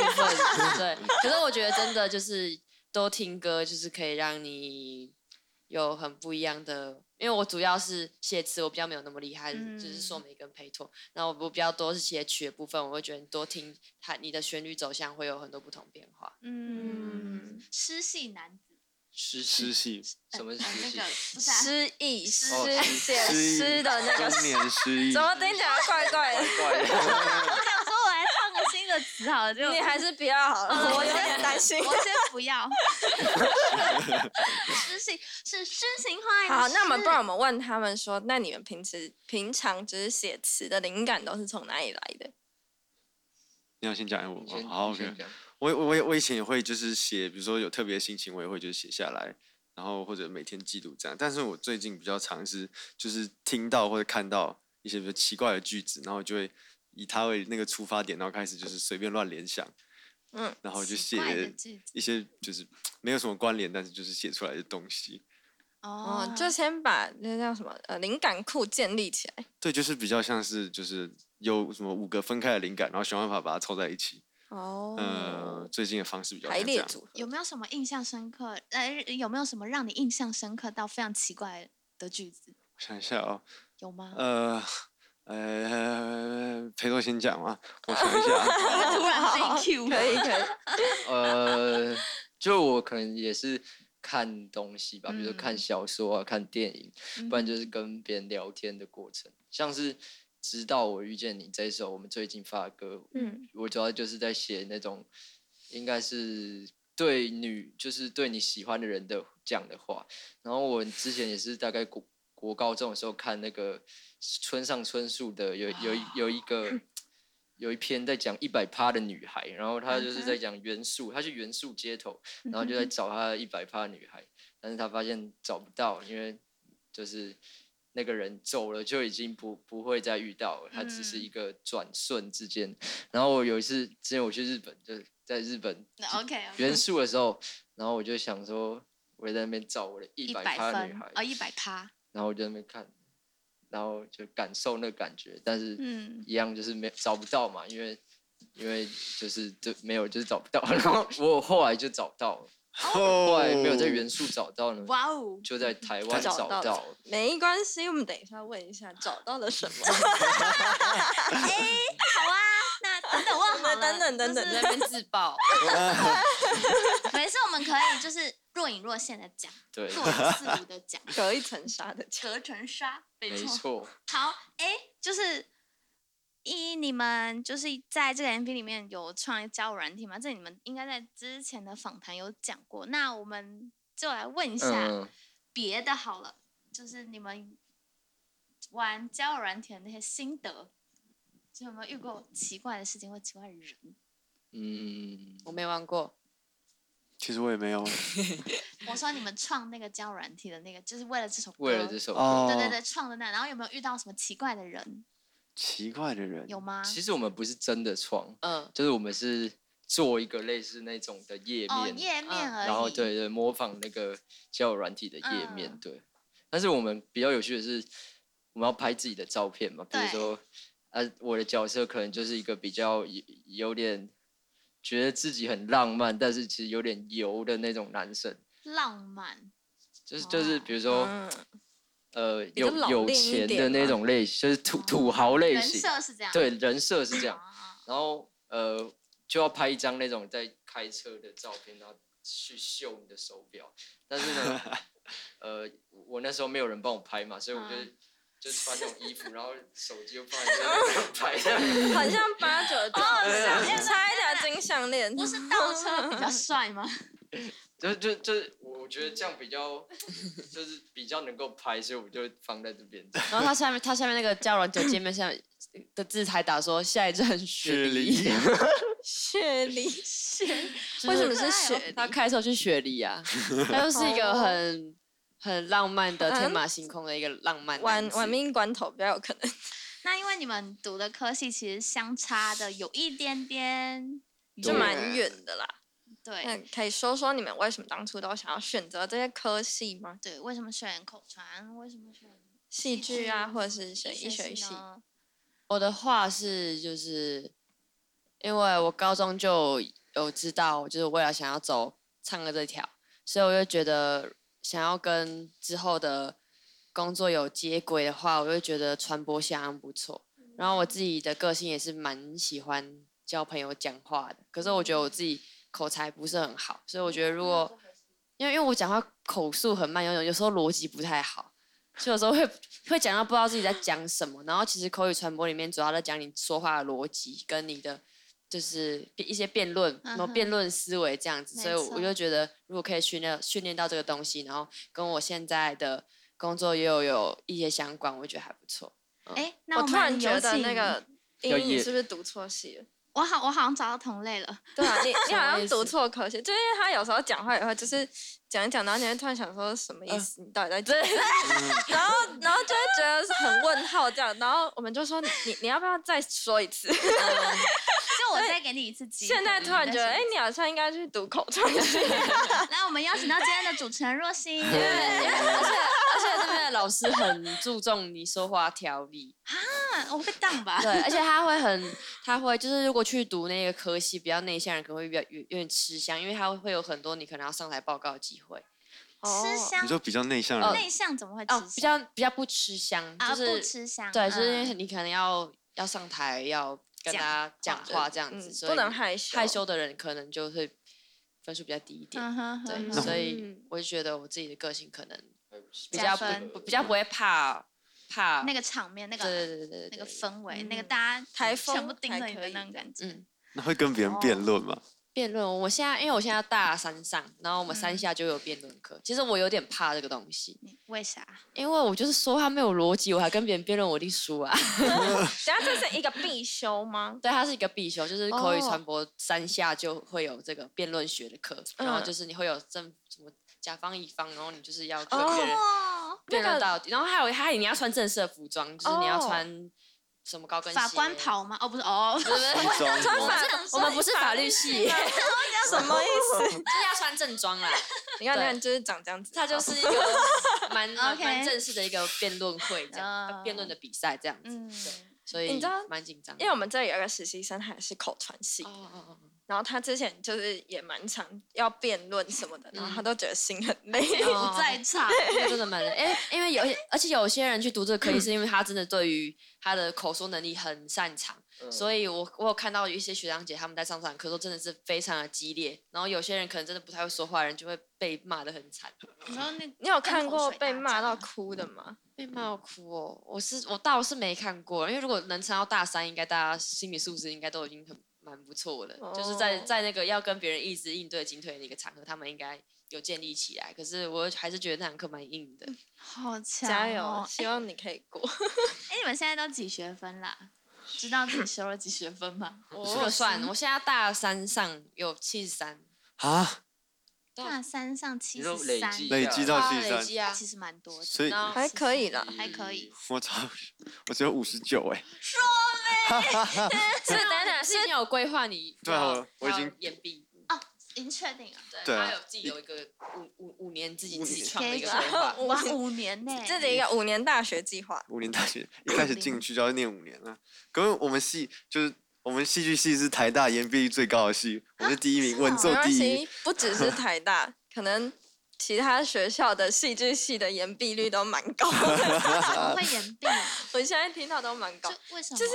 S6: 对，可是我觉得真的就是多听歌，就是可以让你有很不一样的。因为我主要是写词，我比较没有那么厉害，就是
S2: 嗯
S6: 说每跟配托。然后我比较多是写曲的部分，我会觉得你多听它，你的旋律走向会有很多不同变化。
S2: 嗯，诗系男子，
S4: 诗
S5: 失
S4: 诗
S5: 系，
S4: 什么
S6: 哎
S2: 呃
S4: 诗
S2: 那
S4: 系 <laughs>
S2: 个？不是啊
S3: 失忆诗
S4: 哦失
S3: 写
S5: 失忆
S3: 诗的那个
S5: 中
S3: 诗，
S5: 年失忆
S3: 怎，么听起来怪怪
S2: <laughs>
S3: 的？
S4: 怪
S2: 我
S4: 的 <laughs>
S2: 想说我来创个新的词好了，就
S3: 你还是不要好
S2: 哦
S3: 了，我有点担心。
S2: 我先不要。 <laughs> 诗性是诗情画意的诗。
S3: 好，那我们不然我们问他们说，那你们平时平常就是写词的灵感都是从哪里来的？哦
S5: 你要先讲我
S4: 你
S5: 哦
S4: 先
S5: 好
S4: 你先
S5: ，OK。
S4: 讲
S5: 我我也我以前也会就是写，比如说有特别的心情，我也会就是写下来，然后或者每天记录这样。但是我最近比较尝试，就是听到或者看到一些比较奇怪的句子，然后就会以它为那个出发点，然后开始就是随便乱联想，
S3: 嗯，
S5: 然后就
S2: 奇怪的
S5: 写
S2: 句子
S5: 一些就是没有什么关联，但是就是写出来的东西。
S2: 哦
S3: 哦，，就先把那叫什么呃灵感库建立起来。
S5: 对，就是比较像是就是有什么五个分开的灵感，然后想办法把它凑在一起。呃
S3: 哦，，
S5: 最近的方式比较
S3: 排
S5: 像这
S3: 列
S5: 样。
S3: 组合。
S2: 有没有什么印象深刻？呃，有没有什么让你印象深刻到非常奇怪的句子？
S5: 我想一下哦，
S2: 有吗？
S5: 呃呃，裴洛先讲嘛，我想一下啊。
S4: <laughs>
S2: 突然
S3: <laughs>
S2: 被 Q
S3: 可以可以，
S4: 呃，就我可能也是看东西吧，比如说看
S2: 嗯
S4: 小说啊、看电影，不然就是跟别人聊天的过程，像是。直到我遇见你这一首我们最近发的歌，
S3: 嗯，
S4: 我主要就是在写那种，应该是对女，就是对你喜欢的人的讲的话。然后我之前也是大概国国高中的时候看那个村上春树的有有一有一个有一篇在讲一百趴的女孩，然后他就是在讲元素，他去元素街头，然后就在找他一百趴的女孩，但是他发现找不到，因为就是。那个人走了就已经不不会再遇到了，他只是一
S2: 嗯
S4: 个转瞬之间。然后我有一次之前我去日本，就是在日本
S2: 嗯 OK，
S4: 元素的时候，然后我就想说，我也在那边找我的一
S2: 一
S4: 百
S2: 百
S4: 趴女
S2: 分
S4: 孩，
S2: 哦，一
S4: <laughs>
S2: 百趴，
S4: 然后我就在那边看，然后就感受那个感觉，但是
S2: 嗯， <laughs>
S4: 一样就是没找不到嘛，因为因为就是就没有就是找不到， <laughs> 然后我后来就找到了，后来没有
S5: 哦
S4: 在元素找到呢，
S2: 哇哦，
S4: 就在台湾
S3: 找
S4: 找
S3: 到
S4: 到了。
S3: 没关系，我们等一下问一下找到了什么。 <laughs>
S2: 好啊，那等等问好了，
S3: <laughs> 等等等等
S2: 就是
S6: 在那边
S2: <laughs>
S6: 自爆。
S2: 没事，我们可以就是若隐若现的
S4: <laughs>
S2: 讲，
S4: 对，
S2: 若有似无的讲，
S3: 隔一层纱的墙。
S2: 隔层纱， <laughs> 没
S4: 没错，
S2: 好，哎，就是一你们就是在这个 MV 里面有创交友软体吗？这你们应该在之前的访谈有讲过。那我们就来问一下
S4: 嗯，
S2: 别的好了，就是你们玩交友软体的那些心得，就有没有遇过奇怪的事情或奇怪的人？
S4: 嗯，
S6: 我没玩过，
S5: <laughs> 其实我也
S4: <laughs>
S5: 没有
S2: 我说你们创那个交友软体的那个，就是为了这首歌，
S4: 为了这首歌，
S5: 哦
S2: 对对对，创的那，然后有没有遇到什么奇怪的人？
S5: 奇怪的人，
S2: 有吗？
S4: 其实我们不是真的创，
S6: 嗯，
S4: 就是我们是做一个类似那种的页
S2: 哦，
S4: 面，
S2: 页面
S6: 嗯
S2: 而已。
S4: 然后对对，模仿那个交友软体的页面，对。但是我们比较有趣的是，我们要拍自己的照片嘛，比如
S2: 对
S4: 说呃，我的角色可能就是一个比较有有点觉得自己很浪漫，但是其实有点油的那种男生，
S2: 浪漫，
S4: 就是就是
S2: 哦
S4: 比如说、
S3: 嗯
S4: 呃
S3: 较
S4: 有
S3: 老
S4: 有
S3: 练一
S4: 钱
S3: 点
S4: 的那
S3: 嘛
S4: 种类型，就是土土豪类
S2: 人
S4: 型，
S2: 设是这样，
S4: 对，人设是这样。
S2: 啊，
S4: 然后呃，就要拍一张那种在开车的照片，然后去秀你的手表。但是呢，呃，我那时候没有人帮我拍嘛，所以我就、
S2: 嗯
S4: <laughs> 就穿那种衣服，然后手机就放在这里拍。
S3: 很像八九的
S2: 哦
S3: 对
S2: 项链
S3: 啊插一条金项链，
S2: 不是倒
S3: <laughs>
S2: <laughs> 车比较帅吗？
S4: <laughs> 就就就是，我觉得这样比较，就是比较能够拍，所以我就放在这边。
S6: 然后他下面他下面那个交软酒界面下面的字还打说下一站雪
S5: 雪
S6: 梨
S5: 梨，
S6: <laughs>
S3: 雪梨，
S6: 就是
S3: 为什么是雪梨？
S6: 他开车去雪梨
S5: <laughs>
S6: 啊？哦他就是一个很很浪漫的天马行空的一个浪漫
S3: 玩
S6: 男子
S3: 玩命关头比较有可能。
S2: 那因为你们读的科系其实相差的有一点点，
S3: 就蛮远的啦。那
S2: 对
S3: 可以说说你们为什么当初都想要选择这些科系吗？
S2: 对。为什么选口传？为什么选
S3: 戏剧啊，或者是选
S2: 医
S3: 医学系？
S2: 呢？
S6: 我的话是就是，因为我高中就有知道，就是未来想要走唱歌这条，所以我就觉得想要跟之后的工作有接轨的话，我就觉得传播相当不错。然后我自己的个性也是蛮喜欢教朋友讲话的，可是我觉得我自己口才不是很好，所以我觉得如果因为因为我讲话口速很慢，有有有时候逻辑不太好，所以有时候会会讲到不知道自己在讲什么。然后其实口语传播里面主要在讲你说话的逻辑跟你的就是一些辩论，然
S2: 嗯
S6: 后
S2: 哼
S6: 辩论思维这样子。
S2: 没
S6: 所以我
S2: 错
S6: 我就觉得，如果可以训练训练到这个东西，然后跟我现在的工作也有有一些相关，我觉得还不错。
S2: 哎，那
S3: 我
S2: 们
S3: 突然
S2: 有
S3: 觉得那
S2: 请
S3: 个
S4: 要
S3: 英语
S4: 夜
S3: 是不是读错系了？
S2: 我好，我好像找到同类
S3: <laughs>
S2: 了。
S3: 对啊，你你
S6: 么
S3: 好像
S6: 意
S3: 读
S6: 思
S3: 错科系，就是因为他有时候讲话也会就是讲一讲，然后你会突然想说什么意
S6: 嗯
S3: 思？你到底在讲什么？
S6: <laughs>
S3: 然后然后就会觉得是很问号这样，然后我们就说你你你要不要再说一次？ <laughs>
S2: 就我再给你一次机会。
S3: 现在突然觉得，哎、你好像应该去读口传系。
S6: <laughs>
S2: 来，我们邀请到今天的主持人若
S3: <laughs>
S2: 曦。
S6: <laughs> 而且而且这边的老师很注重你说话条理，
S2: 我会当吧？
S6: 对，而且他会很，他会就是如果去读那个科系，比较内向的人可能会比较有有点吃香，因为他会有很多你可能要上台报告的机会。
S2: 吃
S3: 哦
S2: 香
S5: <laughs> 你说比较内向
S6: 哦
S5: 人，
S2: 内向怎么会吃
S6: 哦
S2: 香？，
S6: 比较比较不吃香，
S2: 啊
S6: 就是、
S2: 不吃香。
S6: 对，就是因
S2: 嗯
S6: 为你可能要要上台要跟大
S2: 讲
S6: 家讲
S2: 话
S6: 话这样子，
S3: 嗯，
S6: 所以
S3: 不能害羞，
S6: 害羞的人可能就会分数比较低一点。
S2: 嗯哼
S6: 对，
S2: 嗯哼
S6: 所以 <laughs>
S3: 嗯
S6: 我就觉得我自己的个性可能
S4: 呃
S6: 比
S2: 加
S6: 较
S2: 分
S6: 不比较不会怕怕
S2: 那个场面，那
S6: 对对
S2: 个
S6: 对对
S2: 那
S6: 对
S2: 个氛围，
S3: 嗯
S2: 那个大家
S3: 台风
S2: 全部盯着
S3: 还
S2: 你
S3: 可
S2: 的
S3: 以
S2: 那种
S3: 这样
S2: 感觉。
S6: 嗯。
S5: 那会跟别人辩论吗？
S6: 辩论，我现在因为我现在大三上，然
S3: 嗯
S6: 后我们三下就有辩论课。其实我有点怕这个东西，
S2: 你为啥？
S6: 因为我就是说话没有逻辑，我还跟别人辩论，我一定输啊。 <laughs>
S3: 等下这是一个必修吗？
S6: 对，它是一个必修，就是口语
S3: 哦
S6: 传播三下就会有这个辩论学的课，然后
S3: 嗯
S6: 就是你会有正什么甲方乙方，然后你就是要跟
S3: 哦
S6: 别人
S2: 哦，
S6: 辩
S3: 那
S6: 论
S3: 个
S6: 到底。然后还有还有你要穿正式的服装，就是你要
S3: 哦
S6: 穿什么高跟鞋。
S2: 法官，袍吗？哦，不是哦， <laughs>
S6: 不
S3: <laughs>
S6: 是不
S5: 西
S6: 是，
S5: 装什
S3: 穿
S5: 么
S3: 法
S6: 我们不是法律系，就
S3: 什么意
S6: <laughs>
S3: 思？
S6: 是要穿正装啦。
S3: 你看，你看，就是长这样子。哦
S6: 它就是一个蛮蛮
S2: OK
S6: 蛮正式的一个辩论会，这
S2: 嗯
S6: 样呃辩论的比赛这样
S2: <laughs>
S6: 子，
S2: 嗯，
S6: 所以
S3: 你知道
S6: 蛮紧张的。
S3: 因为我们这里有一个实习生，他也是口传系，
S6: 哦哦哦
S3: 然后他之前就是也蛮常要辩论什么的，然
S2: 嗯
S3: 后他都觉得心很
S2: <laughs>
S3: 累。 <laughs>
S6: 哦
S2: 不在场。 <laughs>
S6: 那 <laughs> 真的蛮累，因为因为有些，而且有些人去读这个科系，是因为他真的对于他的口说能力很擅长，
S4: 嗯
S6: 所以我我有看到有一些学长姐他们在上上课都真的是非常的激烈，然后有些人可能真的不太会说话，人就会被骂的很惨，
S2: 你说那
S3: 你有看过
S2: 跟口水大
S3: 被骂
S2: 战
S3: 到
S2: 吗
S3: 哭的吗？
S6: 被骂到哭哦。我是我倒是没看过，因为如果能撑到大三，应该大家心理素质应该都已经很蛮不错了，就是在
S3: 哦
S6: 在那个要跟别人一直应对进退的那个场合，他们应该有建立起来。可是我还是觉得那堂课蛮硬
S3: 嗯
S6: 的。
S2: 好强
S3: 加油
S2: 哦！！
S3: 希望你可以
S2: <laughs>
S3: 过。
S2: 哎，你们现在都几学分啦？知道自己修了几学分吗？
S6: 我有算，我现在大三上有七十三，
S5: 啊，
S2: <laughs> 大三上七
S4: 你说
S2: 十
S4: 累
S2: 三，
S4: 计
S5: 累积到七十
S6: 啊累
S5: 三，
S6: 积啊
S2: 其，实蛮多的。
S5: 所以
S6: 然后
S3: 还可以啦，
S2: 还可以。
S5: 我操，我只有五十九哎，
S3: 是等等
S5: <laughs>
S6: 是你有规划你
S5: 对啊啊
S6: 要
S5: 我我已
S6: 要
S5: 经
S6: 延毕，
S2: 哦，已经确定了，
S5: 对啊
S6: 他有自己有一个五五五年自己
S5: 五
S6: 自己
S5: 年
S6: 创的一个
S2: 可以
S6: 规
S3: <laughs>
S6: 划，
S2: <laughs> 哇，五年呢、
S3: 这是一个五年大学计
S5: <laughs>
S3: 划，
S5: 五年大学一开始进去就要念五年了。可是我们系就是我们戏剧系是台大 E 研毕率最高的系，我是第一名，
S2: 是哦
S5: 稳
S3: 没
S5: 坐
S3: 关
S5: 第一
S3: 系。，不只是台大，可能其他学校的戏剧系的延毕率都蛮高的， <laughs>
S2: 怎 <laughs> 么会延毕啊？
S3: 我现在听到都蛮高。
S2: 就为什么？
S3: 就是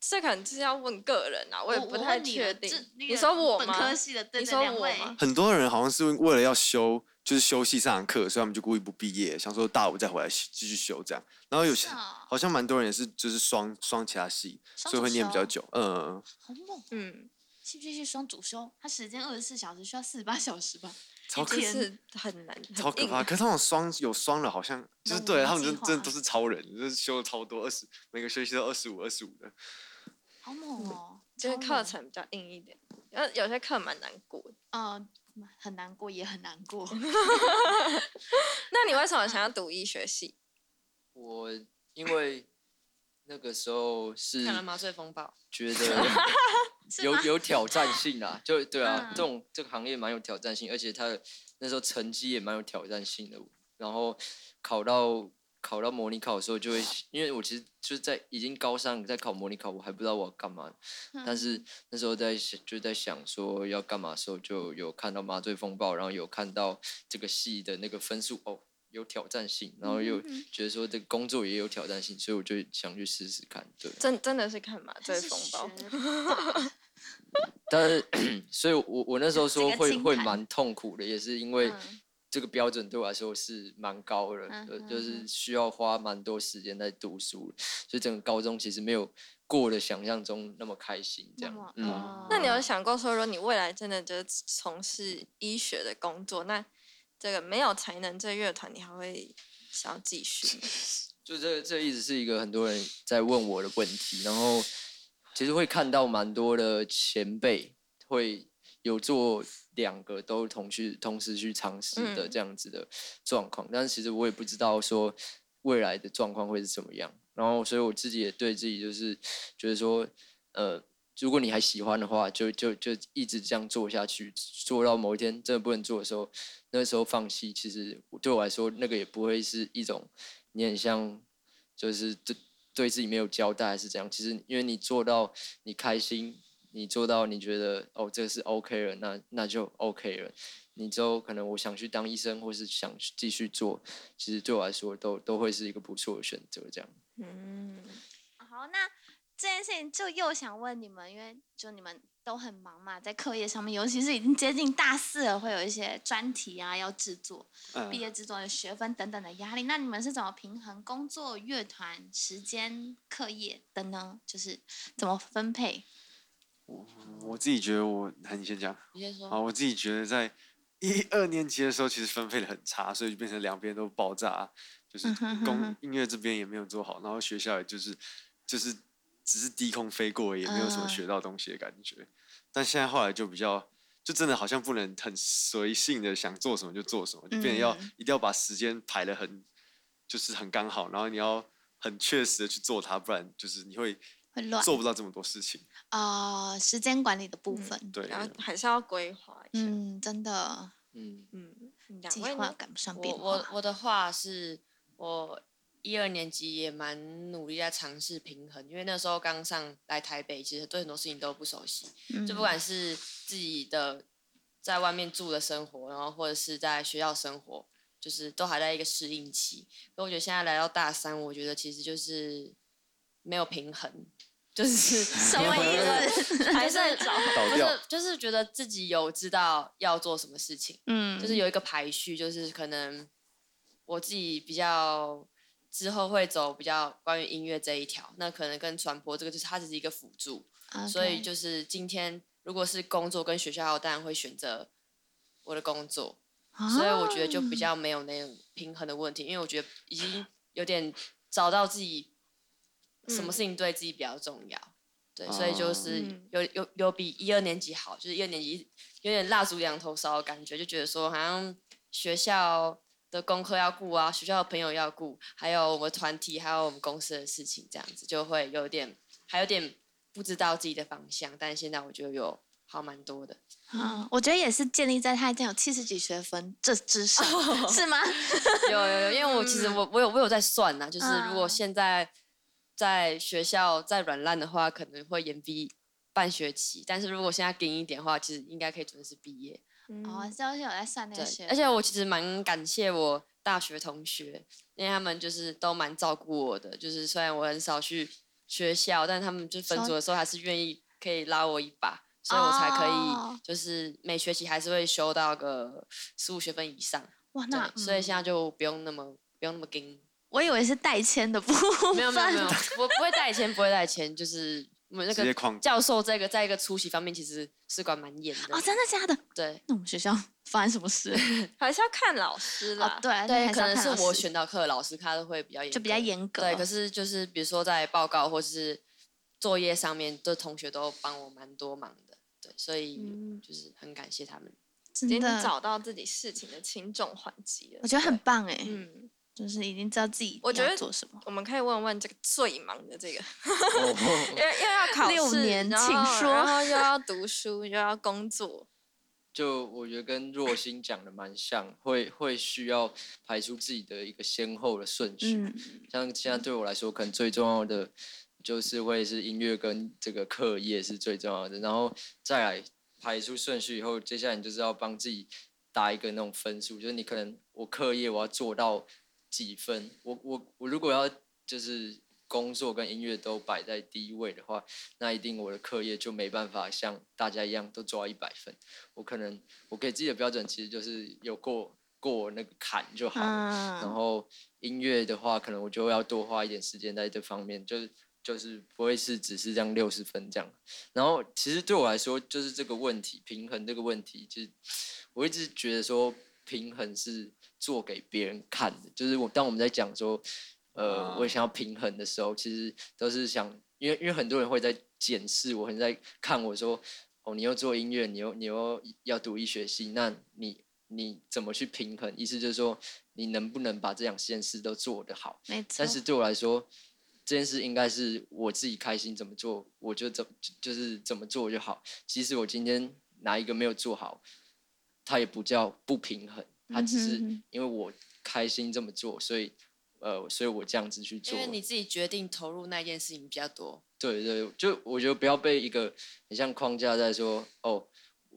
S3: 这可能就是要问个人啊，我也不
S2: 我
S3: 太
S2: 问你
S3: 确
S2: 们
S3: 定
S2: 这。那
S3: 你
S2: 个
S3: 说我
S2: 本
S3: 吗
S2: 科？系的，对
S3: 你
S2: 对
S3: 说
S2: 两
S3: 我
S2: 位
S3: 吗
S5: 很多人好像是为了要修，就是修系上的课，所以他们就故意不毕业，想说大五再回来继继续修这样。然后有些
S2: 是哦
S5: 好像蛮多人也是就是双双其他系，
S2: 双
S5: 所以
S2: 主
S5: 会念比
S2: 修
S5: 较久。嗯，
S2: 好猛哦，
S3: 嗯，
S2: 戏剧系双主修，它时间二十四小时，需要四十八小时吧？
S5: 超可
S3: 就
S2: 天
S3: 是很难，
S5: 超
S3: 很
S5: 可
S3: 硬
S5: 怕。可是他们双有双了，好像就是
S2: 那
S5: 对
S2: 我
S5: 他
S2: 们
S5: 们
S2: 计
S5: 真
S2: 划
S5: 真的都是超人，就是修了超多，二十每个学期都二十五、二十五的。
S2: 好猛哦，
S3: 嗯就是
S2: 超
S3: 课
S2: 猛，
S3: 程比较硬一点，呃，有些课蛮难过的。
S2: 嗯、很难过也很难
S3: <laughs>
S2: 过。
S3: 那你为什么想要
S2: 嗯
S3: 读医学系？
S4: 我因为那个时候是
S6: 看了麻醉风暴，
S4: 觉得有
S3: <laughs>
S4: 有挑战性啊，就对啊，
S2: 嗯
S4: 这种这个行业蛮有挑战性，而且他的那时候成绩也蛮有挑战性的。然后考到考到模拟考的时候，就会因为我其实就是在已经高三在考模拟考，我还不知道我要干嘛，但是那时候在想就在想说要干嘛的时候，就有看到麻醉风暴，然后有看到这个戏的那个分数哦。有挑战性，然后又觉得说这个工作也有挑战性，所以我就想去试试看。对，
S3: 真真的是看麻
S2: 这
S3: 醉
S2: 是
S3: 风暴，
S2: <laughs> 学
S4: 但是，所以我我那时候说
S2: 这个
S4: 会
S2: 清
S4: 会
S2: 谈
S4: 蛮痛苦的，也是因为
S2: 嗯
S4: 这个标准对我来说是蛮高的，
S2: 嗯
S4: 呃
S2: 哼
S4: 就是
S2: 哼
S4: 需要花蛮多时间在读书，所以整个高中其实没有过了想象中那么开心，
S2: 那
S4: 这样
S2: 么，
S4: 嗯，
S2: 呃
S3: 那你有想过说，如果你未来真的就是从事医学的工作，那这个没有才能这乐团，你还会想要继续
S2: <laughs>
S3: 吗？
S4: 就这这一直是一个很多人在问我的问题，然后其实会看到蛮多的前辈会有做两个都同去同时去尝试的
S3: 嗯
S4: 这样子的状况，但是其实我也不知道说未来的状况会是怎么样，然后所以我自己也对自己就是觉得说，呃。如果你还喜欢的话，就就就一直这样做下去，做到某一天真的不能做的时候，那时候放弃，其实对我来说，那个也不会是一种你很像就是对对自己没有交代还是怎样。其实因为你做到你开心，你做到你觉得哦这个是 OK 了，那那就 OK 了。你之后可能我想去当医生，或是想去继续做，其实对我来说都都会是一个不错的选择。这样，
S3: 嗯，
S2: 好，那这件事情就又想问你们，因为就你们都很忙嘛，在课业上面，尤其是已经接近大四了，会有一些专题啊要制作，毕
S5: 嗯，
S2: 业制作有学分等等的压力。那你们是怎么平衡工作、乐团、时间、课业的呢？就是怎么分配？
S5: 我自己觉得我， <laughs> 那你先讲。
S6: 你先说。
S5: 啊，我自己觉得在一二年级的时候，其实分配的很差，所以就变成两边都爆炸，就是
S2: 嗯哼哼
S5: 工
S2: 哼
S5: 音乐这边也没有做好，然后学校也就是就是只是低空飞过，也没有什么
S2: 嗯
S5: 学到东西的感觉。但现在后来就比较，就真的好像不能很随性的想做什么就做什么，就变得要、
S2: 嗯
S5: 一定要把时间排的很，就是很刚好，然后你要很确实的去做它，不然就是你会
S2: 会乱
S5: 做不到这么多事情。
S2: 啊、时间管理的
S3: 嗯
S2: 部分。
S5: 对，
S3: 然后还是要规划一下。
S2: 嗯，真的
S4: 嗯， <laughs>
S3: 嗯，两
S2: 计
S3: 位
S2: 划
S3: 呢？
S2: 赶不上
S6: 我
S2: 变
S6: 我
S2: 化。
S6: 我的话是，我一二年级也蛮努力在尝试平衡，因为那时候刚上来台北，其实对很多事情都不熟悉，就不
S2: 嗯
S6: 管是自己的在外面住的生活，然后或者是在学校生活，就是都还在一个适应期。所以我觉得现在来到大三，我觉得其实就是没有平衡，就是 <laughs> 什
S2: 什么意思？<laughs>
S6: 还是
S2: 哦
S5: 倒
S6: 不
S5: 掉
S6: 是，就是觉得自己有知道要做什么事情。
S2: 嗯，
S6: 就是有一个排序，就是可能我自己比较之后会走比较关于音乐这一条，那可能跟传播这个就是它只是一个辅助，所
S2: 嗯
S6: 以
S2: OK
S6: 就是今天如果是工作跟学校，我当然会选择我的工作，
S2: 啊
S6: 所以我觉得就比较没有那种平衡的问题，因为我觉得已经有点找到自己什么事情对自己比较重要。对，所以就是
S3: 嗯
S6: 有有有比一二年级好，就是一二年级有点蜡烛两头烧的感觉，就觉得说好像学校的功课要顾啊，学校的朋友要顾，还有我们团体，还有我们公司的事情，这样子就会有点还有点不知道自己的方向。但现在我就有好蛮多的。
S2: 嗯，我觉得也是建立在他已经有七十几学分这之
S6: <laughs>
S2: 上，是吗？
S6: 有有有，因为我其实我我有我有在算呐、就是如果
S2: 嗯
S6: 现在在学校再软烂的话，可能会延毕半学期；但是如果现在顶一点的话，其实应该可以准时毕业。
S2: 哦，
S3: 嗯
S2: 就是有在算那
S6: 嗯对
S2: 个学，
S6: 而且我其实蛮感谢我大学同学，因为他们就是都蛮照顾我的，就是虽然我很少去学校，但他们就分
S2: 说
S6: 组的时候还是愿意可以拉我一把，所以我才可
S2: 哦
S6: 以就是每学期还是会修到个十五学分以上。
S2: 哇，
S6: 对
S2: 那，嗯
S6: 所以现在就不用那么不用那么盯。
S2: 我以为是代签的部分，
S6: 没有没有没 <laughs> 有，我不会带钱，不会带钱，就是我们那
S5: 直接
S6: 个
S5: 框
S6: 教授这个在一个出席方面其实是管蛮严的。
S2: 哦，真的假的？
S6: 对
S2: 那我们学校 <laughs> 发生什么事？
S3: 还是要看老师啦
S2: 哦，。对
S6: 对，可能是我
S2: 选
S6: 选到课的老师，他都会比较严，
S2: 就比较。严格，
S6: 对，可是就是比如说在报告或是作业上面，的同学都帮我蛮多忙的。
S2: 嗯
S6: 对，所以就是很感谢他们。
S2: 真
S3: 已经
S2: 的，
S3: 找到自己事情的轻重缓急
S2: 我
S3: 了。
S2: 觉得很棒哎，
S3: 嗯，
S2: 就是已经知道自己
S3: 我觉得
S2: 要做什么。
S3: 我们可以问问这个最忙的这个，因
S4: 哦
S3: 为又要考试，
S2: 六年
S3: 然后
S2: 请说 <laughs>
S3: 然后又要读书，又要工作，
S4: 就我觉得跟若心讲的蛮像，会会需要排出自己的一个先后的顺序。
S2: 嗯，
S4: 像现在对我来说，可能最重要的就是会是音乐跟这个课业是最重要的，然后再来排出顺序以后，接下来你就是要帮自己打一个那种分数，就是你可能我课业我要做到几分，我我我如果要就是工作跟音乐都摆在第一位的话，那一定我的课业就没办法像大家一样都做到一百分，我可能我给自己的标准其实就是有过过那个坎就好了。然
S2: 嗯，
S4: 后音乐的话，可能我就要多花一点时间在这方面，就是就是不会是只是这样六十分这样。然后其实对我来说，就是这个问题平衡这个问题，就是我一直觉得说平衡是做给别人看的，就是我当我们在讲说，呃，
S5: 啊
S4: 我想要平衡的时候，其实都是想，因为因为很多人会在检视我，很在看我说，哦，你又做音乐，你又你又要读医学系，那你你怎么去平衡？意思就是说，你能不能把这两件事都做得好？
S2: 没错
S4: 但。是对我来说，这件事应该是我自己开心怎么做，我就怎就就是怎么做就好。即使我今天哪一个没有做好，它也不叫不平衡，它只
S2: 嗯
S4: 是
S2: 哼嗯
S4: 因为我开心这么做，所以呃，所以我这样子去
S6: 因
S4: 做。
S6: 为你自己决定投入那件事情比较多，
S4: 对对，就我觉得不要被一个很像框架在说哦，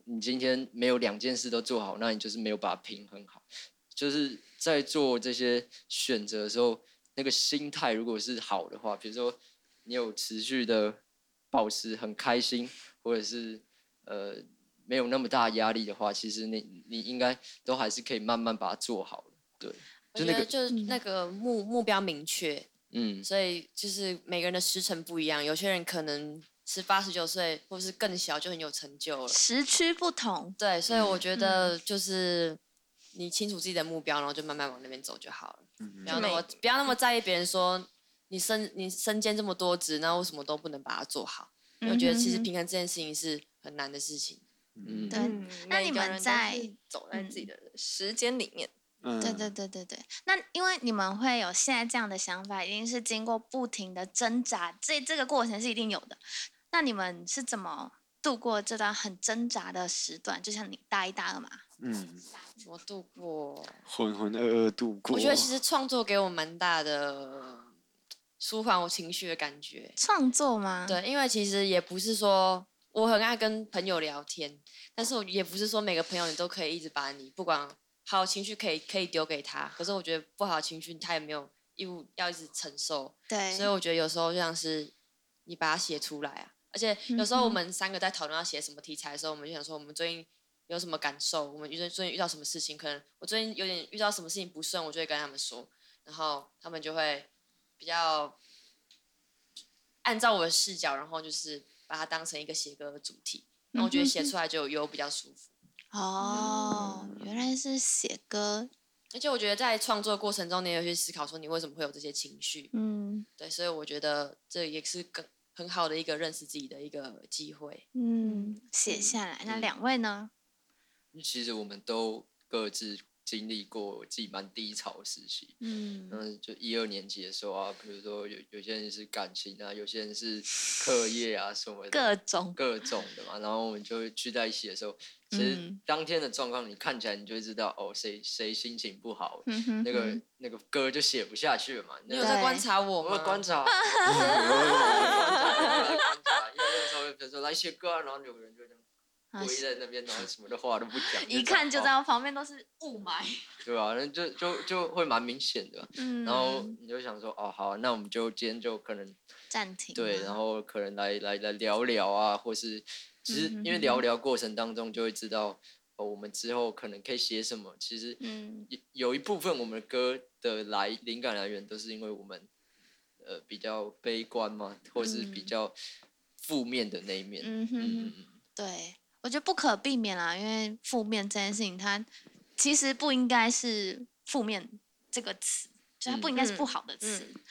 S4: 你今天没有两件事都做好，那你就是没有把它平衡好。就是在做这些选择的时候，那个心态如果是好的话，比如说你有持续的保持很开心，或者是呃没有那么大压力的话，其实你你应该都还是可以慢慢把它做好的。对，
S6: 我
S4: 就
S6: 觉
S4: 那
S6: 得
S4: 个
S6: 就是那个目目标明确，
S4: 嗯，
S6: 所以就是每个人的时辰不一样，有些人可能十八、十九岁，或是更小就很有成就了。
S2: 时区不同，
S6: 对，所以我觉得就是你清楚自己的目标，然后就慢慢往那边走就好了。
S5: 嗯
S6: 不要那么不要那么在意别人说你身你身兼这么多职，那为什么都不能把它做好？因为我觉得其实
S2: 嗯哼哼
S6: 平衡这件事情是很难的事情。
S4: 嗯
S2: 对
S3: 嗯，
S2: 那
S3: 每
S2: 你
S3: 个
S2: 们
S3: 人都
S2: 在
S3: 是走在
S2: 嗯
S3: 自己的时间里面，
S5: 嗯，
S2: 对对对对对。那因为你们会有现在这样的想法，一定是经过不停的挣扎，这这个过程是一定有的。那你们是怎么度过这段很挣扎的时段？就像你大一、大二嘛，
S5: 嗯，
S6: 怎么度过？
S5: 浑浑噩噩度过。
S6: 我觉得其实创作给我蛮大的舒缓我情绪的感觉。
S2: 创作吗？，
S6: 对，因为其实也不是说我很爱跟朋友聊天，但是我也不是说每个朋友你都可以一直把你不管好情绪可以可以丢给他，可是我觉得不好的情绪他也没有义务要一直承受，
S2: 对，
S6: 所以我觉得有时候就像是你把它写出来啊，而且有时候我们三个在讨论要写什么题材的时候，我们就想说我们最近。有什么感受？我们最近最近遇到什么事情？可能我最近有点遇到什么事情不顺，我就会跟他们说，然后他们就会比较按照我的视角，然后就是把它当成一个写歌的主题，然后我觉得写出来就有比较舒服。
S2: 哦，原来是写歌，
S6: 而且我觉得在创作过程中，你也有去思考说你为什么会有这些情绪，
S2: 嗯
S6: 对，所以我觉得这也是更很好的一个认识自己的一个机会。
S2: 嗯，写下来。那两位呢？
S4: 其实我们都各自经历过我自己蛮低潮的时期，
S2: 嗯，
S4: 嗯，就一二年级的时候啊，比如说有有些人是感情啊，有些人是课业啊什么
S2: 各
S4: 的，
S2: 种
S4: 各种的嘛。然后我们就会聚在一起的时候，其实
S3: 嗯
S4: 当天的状况你看起来你就会知道，哦，谁谁心情不好，
S3: 嗯哼
S4: 那个
S3: 哼
S4: 那个歌就写不下去了嘛。
S6: 你
S4: 那
S6: 有在
S2: 对
S6: 观察我
S4: 我
S6: 吗？
S4: 会观察，我会观察，我会观察，因为那个时候比如说来写歌啊，然后有个人就这样
S2: 啊
S4: 跪在那边，然后什么的话都不讲，
S2: 一
S4: 这样
S2: 看就
S4: 哦
S2: 知道旁边都是雾霾。
S4: 对吧、那就就就会蛮明显的啊。
S2: 嗯，
S4: 然后你就想说，哦，好，那我们就今天就可能
S2: 暂停。
S4: 对，然后可能来来来聊聊啊，或是其实
S2: 嗯
S4: 因为聊聊过程当中就会知道，哦，我们之后可能可以写什么。其实
S2: 嗯
S4: 有有一部分我们歌的来灵感来源都是因为我们呃比较悲观嘛，或是比
S2: 嗯
S4: 较负面的那一面。
S2: 嗯哼
S4: 嗯
S2: 哼
S4: 嗯。嗯
S2: 对，我觉得不可避免啦，因为负面这件事情，它其实不应该是负面这个词，就它不
S4: 嗯
S2: 应该是
S6: 嗯
S2: 不好的词。
S6: 嗯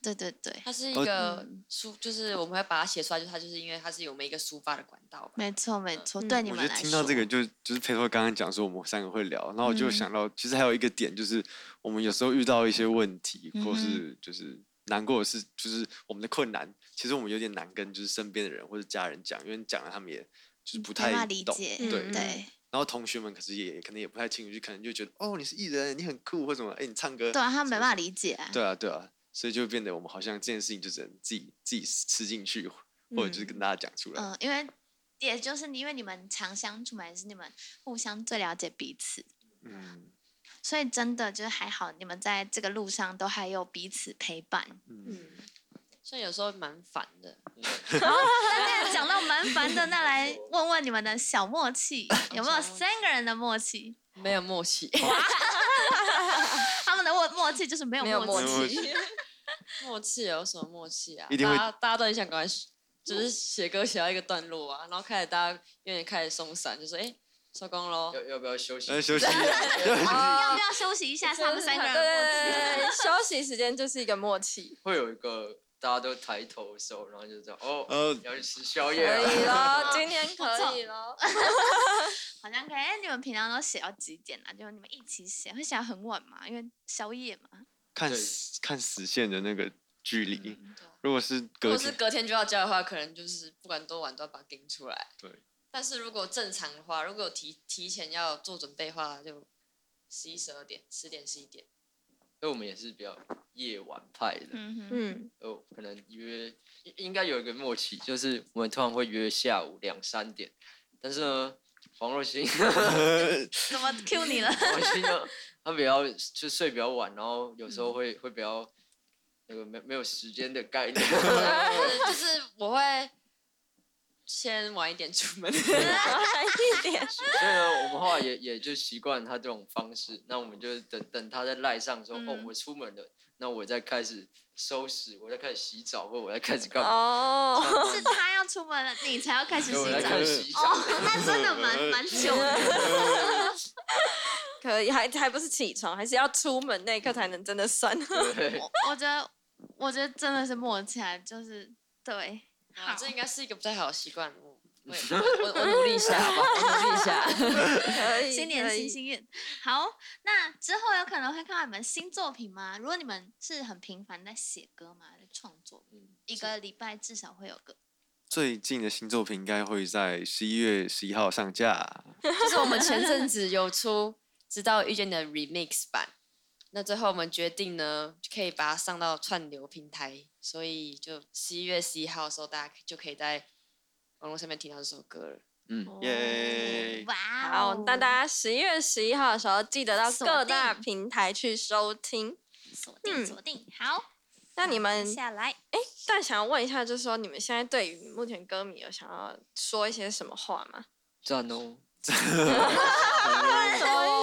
S2: 对对对，
S6: 它是一
S5: 哦
S6: 个抒，就是我们会把它写出来，就是它就是因为它是有每一个抒发的管道吧。
S2: 没错没错，对你
S5: 嗯我
S2: 们
S5: 觉得
S2: 来说，
S5: 听到这个就就是佩托刚刚讲说我们三个会聊，然后我就
S2: 嗯
S5: 想到，其实还有一个点就是我们有时候遇到一些问题，
S2: 嗯
S5: 或
S2: 哼
S5: 是就是难过的事，就是我们的困难，其实我们有点难跟就是身边的人或者家人讲，因为讲了他们也就是不
S2: 嗯没
S5: 太
S2: 办法
S5: 懂。
S2: 理解，
S5: 对
S6: 嗯
S2: 对
S5: 然后同学们可是也可能也不太清楚，就可能就觉得哦你是艺人，你很酷或什么，哎你唱歌，
S2: 对啊，他
S5: 什
S2: 没
S5: 么
S2: 办法理解啊。
S5: 对啊，对啊，所以就变得我们好像这件事情就只能自己自己吃进去，或者就是跟大家讲出来。
S2: 嗯，因为也就是因为你们常相处嘛，也是你们互相最了解彼此，
S5: 嗯
S2: 所以真的就是还好，你们在这个路上都还有彼此陪伴。
S5: 嗯，
S6: 虽然有时候蛮烦的，
S2: 嗯
S4: 嗯
S2: 那既然讲到蛮烦的，那来问问你们的小默 <laughs> 契，有没有三个人的默契？
S6: 没有默契，
S2: 他们的默默契就是没
S6: 没
S2: 有
S6: 有
S2: 默
S6: 默
S2: 契。
S5: 契 <laughs>
S6: 契，默契有什么默契啊？
S5: 一定会
S6: 大家大家都很想赶快，就是写歌写到一个段落啊，然后开始大家有点开始松散，就说哎、收工喽。
S4: 要要不要休
S5: <laughs>
S4: 息？
S5: 那呃休息一下
S2: 要不要休息一下？是他们三个人
S3: <laughs> 对
S2: 的默
S3: 对
S2: 契。
S3: 对对，休息时间就是一个默契，
S4: <laughs> 会有一个大家都抬头的时候，然后就知道哦，
S5: 呃，
S4: 要去吃宵
S3: 可
S4: 夜啊了。
S3: 以
S4: <laughs>
S3: 咯， <laughs> 今天
S2: 错
S3: 可以咯。
S2: 好像可以。哎，你们平常都写到几点啊？就是你们一起写，会写到很晚吗？因为宵夜嘛。
S5: 看
S4: 对
S5: 时看实线的那个距离，
S4: 嗯
S6: 对啊
S5: 如果是
S6: 如
S5: 隔
S6: 果是
S5: 天，
S6: 隔天就要交的话，可能就是不管多晚都要把它盯出来。
S5: 对。
S6: 但是如果正常的话，如果有提提前要做准备的话，就十一、十二点、十点、十一点。
S4: 所以我们也是比较夜晚派的，
S2: 嗯哼。
S3: 嗯，
S4: 呃，可能约应应该有一个默契，就是我们通常会约下午两三点，但是呢，黄
S3: <laughs>
S4: 若欣，黄
S2: 怎么 Q 你了？
S4: 若欣呢，她比较就睡比较晚，然后有
S3: 嗯
S4: 时候会会比较那个没没有时间的概
S3: <laughs>
S4: 念， <laughs>
S6: 就是就是我会先晚一点出门。
S3: 一点， <laughs>
S4: 所以呢，我们后来也也就习惯他这种方式。那我们就等等他在赖上说、哦
S2: 嗯，
S4: 我出门了，那我再开始收拾，我再开始洗澡，或者我再开始干嘛？
S3: 哦，
S2: <laughs>
S3: <laughs>
S2: 是他要出门了，你才要开始
S4: 所以我
S2: 洗
S4: 再
S2: 澡
S4: 开。始洗澡。
S2: 哦，那真的蛮
S5: 呃
S2: 蛮久 <laughs> 的。
S3: 可以，还还不是起床，还是要出门那一刻才能真的算。 <laughs>
S4: 对，
S2: 我我觉得，我觉得真的是默契啊，就是对。
S6: <laughs> 啊，这应该是一个不太好的习惯。我我也我我我努力一下，好吧，我努力一下。
S3: 可以，
S2: 新年
S3: 可以
S2: 新心愿。好，那之后有可能会看到你们新作品吗？如果你们是很频繁在写歌嘛，在创作，
S4: 嗯
S2: 一个礼拜至少会有个。
S5: 最近的新作品应该会在十一月十一号上架。
S6: 就是我们前阵子有出《直到遇见你的 Remix 版，那最后我们决定呢，可以把它上到串流平台，所以就十一月十一号的时候，大家就可以在网络上面听到这首歌了。
S3: 哦
S4: 嗯，
S5: 耶！
S2: 哇
S3: 好
S2: 哦！，
S3: 那大家十一月十一号的时候，记得到
S2: 锁
S3: 各大
S2: 定
S3: 平台去收听。
S2: 锁定
S3: 嗯
S2: 锁定，好，
S3: 那你们
S2: 接下来
S3: 但想要问一下，就是说你们现在对于目前歌迷有想要说一些什么话吗？
S4: <laughs> 赞哦。
S6: 哦，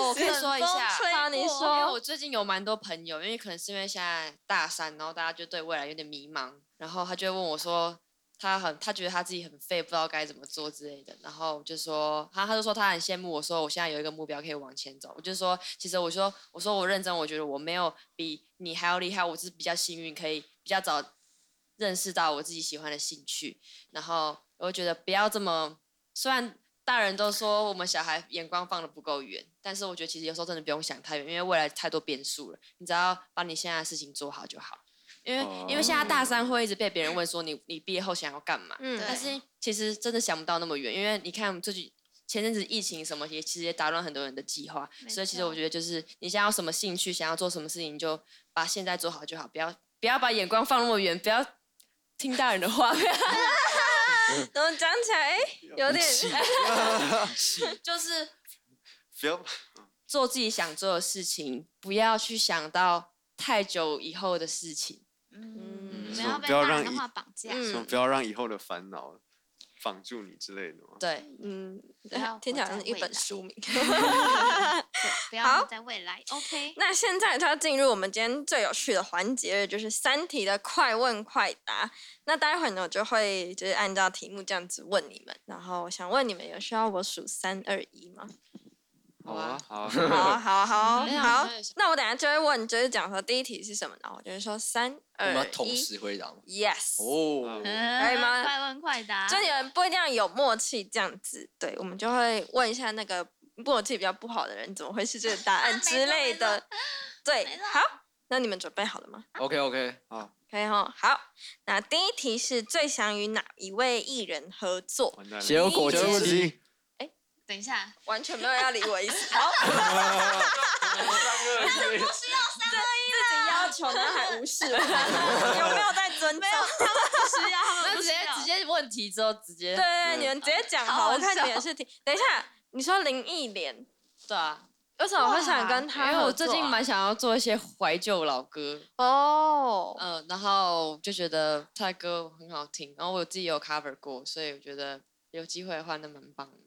S6: 我可以说一下。
S3: 好，啊你
S6: 因为
S3: 说，
S6: 我最近有蛮多朋友，因为可能是因为现在大三，然后大家就对未来有点迷茫，然后他就会问我说，他很他觉得他自己很废，不知道该怎么做之类的，然后我就说他他就说他很羡慕我说我现在有一个目标可以往前走，我就说其实我说我说我认真，我觉得我没有比你还要厉害，我是比较幸运，可以比较早认识到我自己喜欢的兴趣，然后我就觉得不要这么，虽然大人都说我们小孩眼光放的不够远，但是我觉得其实有时候真的不用想太远，因为未来太多变数了，你只要把你现在的事情做好就好。因为、因为现在大三会一直被别人问说你你毕业后想要干嘛，
S2: 嗯
S3: 嗯
S2: 对
S6: 但是其实真的想不到那么远，因为你看最近前阵子疫情什么也其实也打乱很多人的计划，
S2: 没
S6: 所以其实
S2: 错
S6: 我觉得就是你想要什么兴趣，想要做什么事情，你就把现在做好就好，不要不要把眼光放那么远，不要听大人的话，不
S2: <laughs>
S6: 要
S3: 怎么讲起来哎有点 <laughs>
S5: 气
S6: 就是
S5: 不要
S6: 做自己想做的事情，不要去想到太久以后的事情。
S2: 嗯，
S4: 嗯
S2: 不
S4: 说
S2: 要被
S5: 不要
S2: 大人
S5: 让
S2: 的
S5: 一
S2: 话绑架，
S3: 嗯
S5: 说不要让以后的烦恼绑住你之类的嘛。
S6: 对，
S3: 嗯
S2: 不要，
S3: 听起来
S2: 活
S3: 好
S2: 在
S3: 像一
S2: 未
S3: 本
S2: 来
S3: 书名。 <laughs>
S2: 对不
S3: 好
S2: 要活在未来。OK，
S3: <laughs> 那现在就要进入我们今天最有趣的环节了，就是三题的快问快答。那待会呢，我就会就是按照题目这样子问你们，然后我想问你们，有需要我数三二一吗？
S5: 好啊，好
S3: <laughs>
S5: 啊，
S3: 好啊，好啊，好啊，
S6: 没有
S3: 好
S6: 我也想。
S3: 那我等一下就会问，就是讲说第一题是什么，然后我就会说三
S4: 我们要
S3: 二
S4: 同
S3: 一
S4: 时回答吗？
S3: ，yes。
S5: ？Oh
S4: 哦，
S2: 可
S3: 以吗
S2: <laughs> 快问快答。
S3: 就你们不一定要有默契这样子，对，我们就会问一下那个默契比较不好的人怎么会是这个答
S2: <laughs>
S3: 案
S2: 没错
S3: 之类
S2: 没
S3: 的。对
S2: 没，错
S3: 好，那你们准备好了吗？
S4: OK OK，
S3: 可以哈，好。那第一题是最想与哪一位艺人合作？
S5: 完蛋
S4: 血
S5: 了。
S4: 肉果
S3: 一
S4: 汁
S3: 人
S5: 自己
S2: 等一下，
S3: 完全没有要理我意思，
S2: <laughs>
S3: 好，自己要求然后还无视我， <laughs> 有没有在尊重？
S2: 是啊，他
S6: 那
S2: 们
S6: 直接直接问题之后直接
S3: 对，你们直接讲嗯好，
S6: 好
S3: 我看
S6: 笑
S3: 你也是题。等一下，你说林忆莲，
S6: 对啊，
S3: 为什么会想跟
S6: 因
S3: 他合作啊？
S6: 为我最近蛮想要做一些怀旧老歌，
S3: 哦，
S6: 嗯、然后就觉得他的歌很好听，然后我自己有 cover 过，所以我觉得有机会的话那蛮棒的。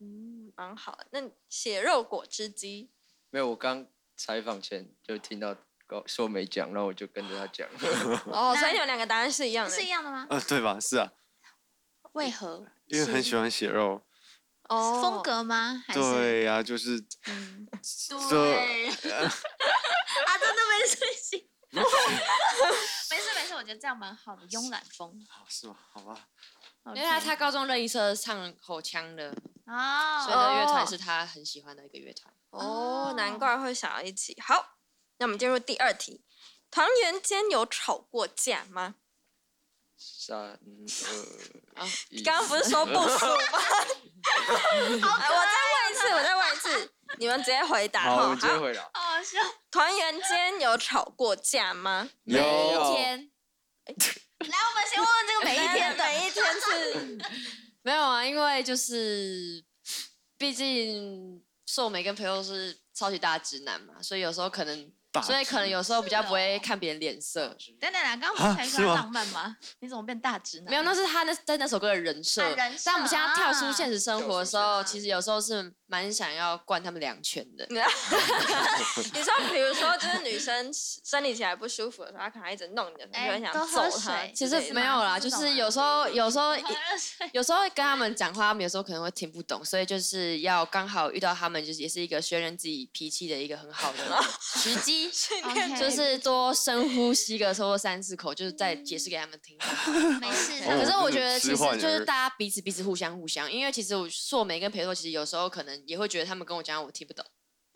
S3: 嗯，蛮好的。那你血肉果汁机，
S4: 没有，我刚采访前就听到高说没讲，然后我就跟着他 <laughs> 讲。
S3: 哦，
S2: 那
S3: 所以你们两个答案是一样的
S2: 是一样的吗？
S5: 呃，对吧？是啊，
S2: 为何？
S5: 因为很喜欢血肉。
S3: 哦，
S2: 风。格吗？还是
S5: 对呀、就是
S2: 嗯，
S5: 对
S2: 啊，真的没事情。没事没事，我觉得这样蛮好的，慵懒风。
S5: 好是吗？好吧，
S6: 因为他他高中任意社唱口腔的，所以
S2: 哦，
S6: 那乐团
S3: 哦
S6: 是他很喜欢的一个乐团。
S3: 哦
S2: 哦，
S3: 难怪会想要一起。好，那我们进入第二题。团员间有吵过架吗？
S4: 三二
S6: 啊
S4: 一，
S3: 刚刚不是说不数
S4: <laughs>
S3: 吗？哎我再问一次，我再问一次，你们直接回答
S4: 好，我
S3: 哈。
S4: 们直接
S3: 好，
S4: 回答。
S2: 好笑。
S3: 团员间有吵过架吗？
S4: 有
S6: 天
S2: 来，我们先问问
S7: <laughs>
S2: 这个每一天的。
S3: <laughs> 每一天是
S6: 没有啊，因为就是毕竟寿眉跟朋友是超级大直男嘛，所以有时候可能，
S5: 大
S6: 所以可能有时候比较不
S2: 是
S6: 会
S2: 哦
S6: 看别人脸色。
S2: 等等等，刚刚不是
S5: 啊
S2: 才
S5: 是
S2: 说
S5: 吗
S2: 浪漫吗？你怎么变大直男？
S6: 没有，那是他那在那首歌的人设。
S2: 啊人设
S6: 但我们现在跳出现实生活的时候，
S2: 啊
S6: 其实有时候是蛮想要灌他们两拳的。
S3: 你说，比如说，就是女生生理起来不舒服的时候，她可能一直弄你的时候，
S2: 哎
S3: 你就
S2: 多
S3: 很
S2: 喝
S3: 想揍她
S2: 水。
S6: 其
S2: 是
S6: 实
S2: 吗
S6: 没有啦，
S2: 是
S6: 就
S2: 这种啊
S6: 是
S2: 吗
S6: 有时候有时候
S2: 喝热
S6: <laughs>
S2: 水
S6: 有时候跟他们讲话，他们有时候可能会听不懂，所以就是要刚好遇到他们，就是也是一个确认自己脾气的一个很好
S2: 哦
S6: 的时
S2: <laughs>
S6: 机。
S2: OK
S6: 就是多深呼吸个超过三四口，就是再解释给他们
S2: <laughs>
S6: 听。
S2: 没事
S5: 哦
S6: 可
S2: 的。
S6: 是我觉得其
S5: 置
S6: 实
S5: 换
S6: 就
S5: 而
S6: 是大家彼此彼此互相互相，因为其实我硕美跟裴硕其实有时候可能也会觉得他们跟我讲话我听不懂，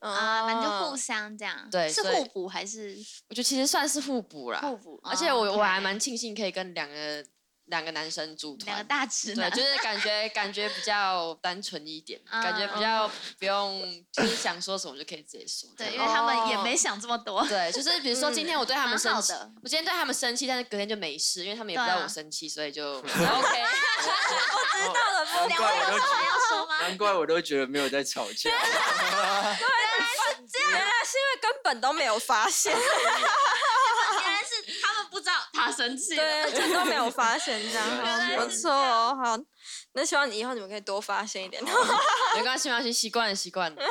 S2: 啊，反正就
S3: 哦
S2: 互相这样，
S6: 对
S2: 是
S6: 所以
S2: 互补还是
S6: 我觉得其实算是互补啦。
S2: 互补？
S6: 而且我
S2: 哦
S6: 我还
S2: OK
S6: 蛮庆幸可以跟两个两个男生组
S2: 两个
S6: 团，
S2: 大直
S6: 对，
S2: 男，哦
S6: 就是感觉感觉比较单纯
S2: <laughs>
S6: 一点，感觉比较不用就是想说什么就可以直接说。
S2: 对，因为他们也
S3: 哦
S2: 没想这么多。
S6: 对，就是比如说今天我对他
S2: 嗯
S6: 们
S2: 蛮
S6: 生
S2: 好
S6: 气，
S2: 的
S6: 我今天对他们生气，但是隔天就没事，因为他们也不知
S2: 对啊
S6: 道我生气，所以 <laughs> 就 OK。
S3: 知道了，不
S4: 难怪我都
S2: 还
S4: 觉
S2: 要说吗
S4: 得，？难怪我都觉得没有在吵架。
S3: 原来啊是因为根本都没有发现，
S2: 原来是他们不知道他生气了。
S3: 对，就都没有发现这样，
S4: 原
S3: 好
S4: 来
S3: 不
S4: 是
S3: 错哦，好。那希望你以后你们可以多发现一点。好，
S6: 没关系，没关系，习惯了，习惯了。
S2: 就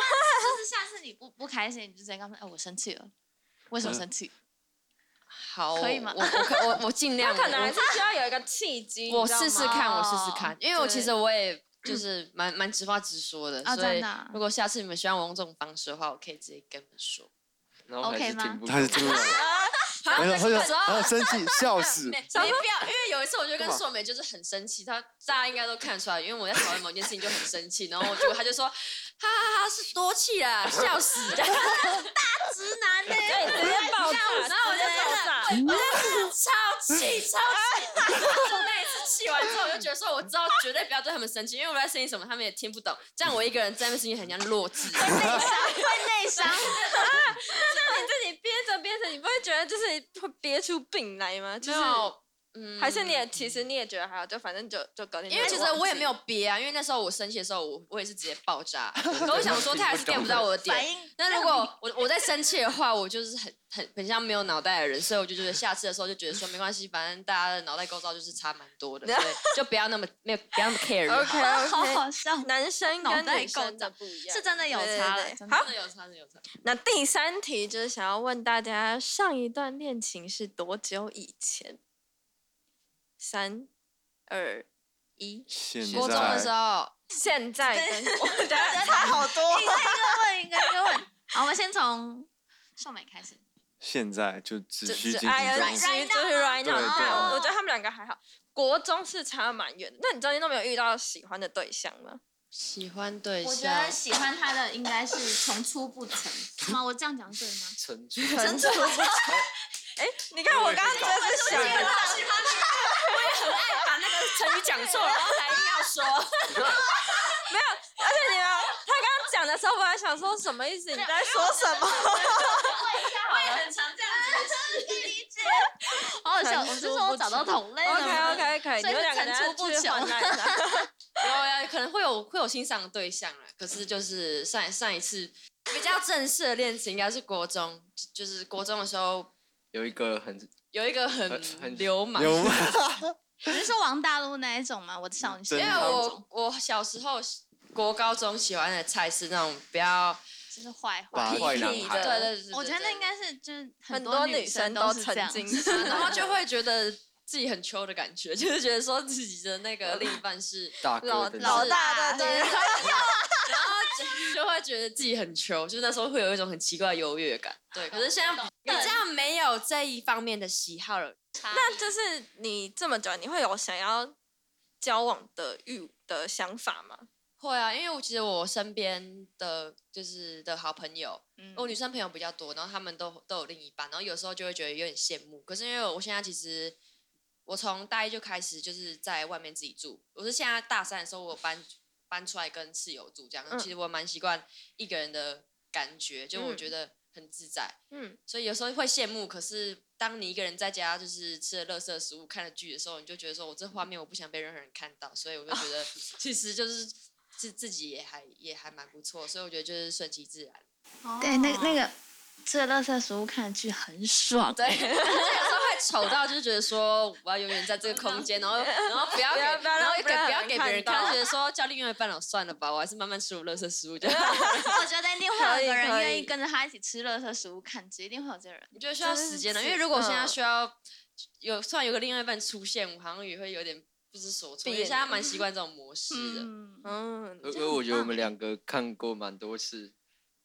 S2: 是下次你不不开心，你就直接跟他说：“哎，我生气了。”为什么生气？
S6: 好，
S2: 可以吗
S6: 我我可我我尽量，
S3: 可能还
S6: 我
S3: 是需要有一个契机，
S6: 我
S3: 你知道吗
S6: 试试看，我试试
S2: 哦
S6: 看，因为我其
S3: 对
S6: 实我也就是蛮蛮直话直说的
S2: 啊，
S6: 嗯所
S2: 真
S6: 以
S2: 的啊
S6: 如果下次你们希望我用这种方式的话，我可以直接跟你们说。
S4: <laughs> 然后还
S2: OK
S4: 是
S2: 吗
S4: 听不懂 <laughs>
S5: 他是听不懂。
S6: 啊
S5: 然后
S6: 那
S5: 就
S6: 个时候
S5: 然后生气笑死
S6: 没，没必要，因为有一次我就
S5: 干
S6: 跟
S5: 嘛
S6: 硕美就是很生气，她大家应该都看出来，因为我在讨论某件事情就很生气，然后我就她就说，哈哈哈是多气啦，笑死的，
S2: 直男呢、
S3: 直接爆 <laughs> 炸，
S6: 然后我就
S3: 爆炸，
S6: 超气超气，就那一次气完之后，我就觉得说我知道绝对不要对他们生气，因为我在生气什么他们也听不懂，这样我一个人在那边生气很像弱智，
S2: 会内伤。
S3: 那你自己憋着憋着，你不会觉得就是会憋出病来吗？就是
S6: 没有，嗯
S3: 还是你也其实你也觉得还好，就反正就就隔天就忘记。
S6: 因为其实我也没有憋啊，因为那时候我生气的时候，我我也是直接爆炸。
S3: <laughs>
S6: 可我想说，他还是 get 不到我的
S2: 反
S6: 点。
S2: 应
S6: 那如果我我在生气的话，我就是很很很像没有脑袋的人，所以我就觉得下次的时候就觉得说没关系，反正大家的脑袋构造就是差蛮多的，所
S3: <laughs>
S6: 以就不要那么没有不要那么 care 就
S3: OK
S6: 好。
S2: 好
S3: <laughs> OK，
S2: 好笑，
S3: 男生
S2: 脑
S3: 跟
S2: 袋
S3: 女
S2: 构
S3: 生
S2: 造
S3: 的不一样，
S2: 是真的有差了
S3: 对对对。
S2: 真的
S3: 好
S6: 真的有差，真的有差。
S3: 那第三题就是想要问大家，上一段恋情是多久以前？三、二、一，
S5: 现在
S6: 国中的时候，
S3: 现在跟 <laughs> 我等一下
S2: 差好多。一个一个问，一个一个问。好，我们先从秀美开始。
S5: 现在就只
S3: 就
S5: 需
S3: 是
S5: 进
S3: 哎呀，
S5: 行
S3: 只
S5: 中
S3: 是就是 right
S5: 对
S3: now，
S5: 对
S3: 但我
S2: 对
S3: 我觉得他们两个还好。国中是差蛮远的，那你中间都没有遇到喜欢的对象吗？
S6: 喜欢对
S2: 我觉得
S6: 象，
S2: 喜欢他的应该是层出不穷。吗？我这样讲对吗？
S4: 存住，
S3: 纯纯，哎，你看我刚刚真的是想的，
S6: 把那个成语讲错，然后还硬要说。
S3: 而且你们他刚刚讲的时候，我还想说什么意思？你在说
S2: <laughs>
S3: 什么？
S2: 我也很常这样子，可以理解。好好笑，我是说我找到同类了。
S3: OK OK 可以，
S2: 所以
S3: 你们
S2: 是
S3: 两个
S2: 层
S3: 人
S2: 出不
S3: 去换
S2: 穷。<laughs>
S3: 赖的
S6: 有呀，可能会有会有欣赏的对象啦。啊可是就是上上一次比较正式的恋情，应该是国中，就就是国中的时候
S4: 有一个很
S6: 有一个很
S4: 很很
S6: 流氓。
S5: 有吗？
S2: 你是说王大陆那一种吗？我的少女时
S5: 因
S6: 因
S2: 代
S6: 为
S5: 真的
S6: 我我小时候国高中喜欢的菜是那种比较
S2: 就是坏
S5: 把
S2: 坏。
S5: 坏
S4: 啊男
S3: 屁
S4: 孩
S6: 对
S3: 的
S6: 对对对，
S2: 我觉得那
S6: 对
S2: 应该是就是
S3: 很
S2: 多
S3: 女
S2: 生
S3: 都
S2: 是
S3: 曾
S2: 这样。
S3: 经，
S6: 对然后
S2: <laughs>
S6: 就会觉得自己很秋的感觉， <laughs> 就是觉得说自己的那个另一半是
S4: 大
S6: 老
S4: 哥的
S6: 老
S4: 那
S6: 大
S2: 大
S3: 啊
S6: 的，对，然后 <laughs> 就就会觉得自己很穷，就是那时候会有一种很奇怪的优越感。对，可是现在比较没有这一方面的喜好了。
S2: <laughs>
S3: 那就是你这么久，你会有想要交往的欲的想法吗？
S6: 会啊，因为我其实我身边的就是的好朋友，
S3: 嗯
S2: 嗯
S6: 我女生朋友比较多，然后她们都都有另一半，然后有时候就会觉得有点羡慕。可是因为我现在其实我从大一就开始就是在外面自己住，我是现在大三的时候我搬搬出来跟室友住这样，
S3: 嗯
S6: 其实我蛮习惯一个人的感觉，就我
S3: 嗯
S6: 觉得很自在。
S3: 嗯，
S6: 所以有时候会羡慕，可是当你一个人在家就是吃了垃圾食物、看了剧的时候，你就觉得说我这画面我不想被任何人看到，所以我就觉得其实就是自自己也还也还蛮不错，所以我觉得就是顺其自然。
S2: <laughs> 对，那那
S1: 个
S2: <laughs> 个吃了垃圾食物看的剧很爽。
S6: 对， <laughs> 就是有时候会丑到就是觉得说我要永远在这个空间，然 <laughs> 后然后不要给，
S3: 不要不要让
S6: 然后也给
S3: 不要让
S6: 不要
S3: 人
S6: 给
S3: 看
S6: 别人
S3: 到
S6: 看，就觉得说叫另外一半了算了吧，我还是慢慢吃我垃圾食物就 <laughs> 好。
S2: 我觉得一定会有一个人
S3: 可以可以
S2: 愿意跟着他一起吃垃圾食物看剧，一定会有这个人。
S6: 我觉得需要
S3: 真
S6: 时间的，
S3: 是
S6: 因为如果现在
S3: 嗯
S6: 需要有突然有个另外一半出现，我好像也会有点不知所措。
S3: 别
S6: 因
S3: 扭
S6: 为现在蛮习惯这种模式的，
S2: 嗯，
S3: 嗯，
S4: 因为我觉得我们两个看过蛮多次，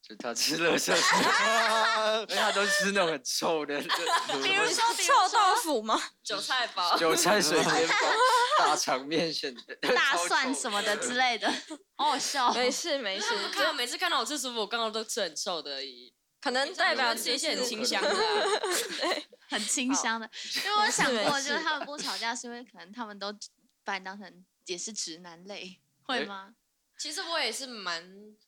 S4: 就他吃垃圾食物， <laughs> 因为他都吃那种很
S2: <laughs>
S4: 臭的，比
S3: 比如说臭豆腐 <laughs> 吗？
S6: 韭菜包。
S4: 韭菜水煎
S2: <laughs>
S4: 包、大肠面线、 <laughs>
S2: 嗯大蒜什么的之类
S3: <laughs>
S2: 的，好好笑哦。
S3: 没事没事，
S6: 我看到每次看到我吃食物，我刚刚都吃很臭的而已，
S3: 可能代表
S6: 吃一
S3: 这
S6: 些
S3: 些
S6: 很
S3: 很
S6: 清
S3: 清
S6: 香
S3: 香
S6: 的
S3: 的
S6: 啊、
S2: 很清香
S3: <laughs>
S2: 的。因为我想
S3: 是没
S2: 过，就是
S3: 事
S2: 他们不吵架，是因为可能他们都把你当成也是直男类，会
S4: 诶
S2: 吗？
S6: 其实我也是蛮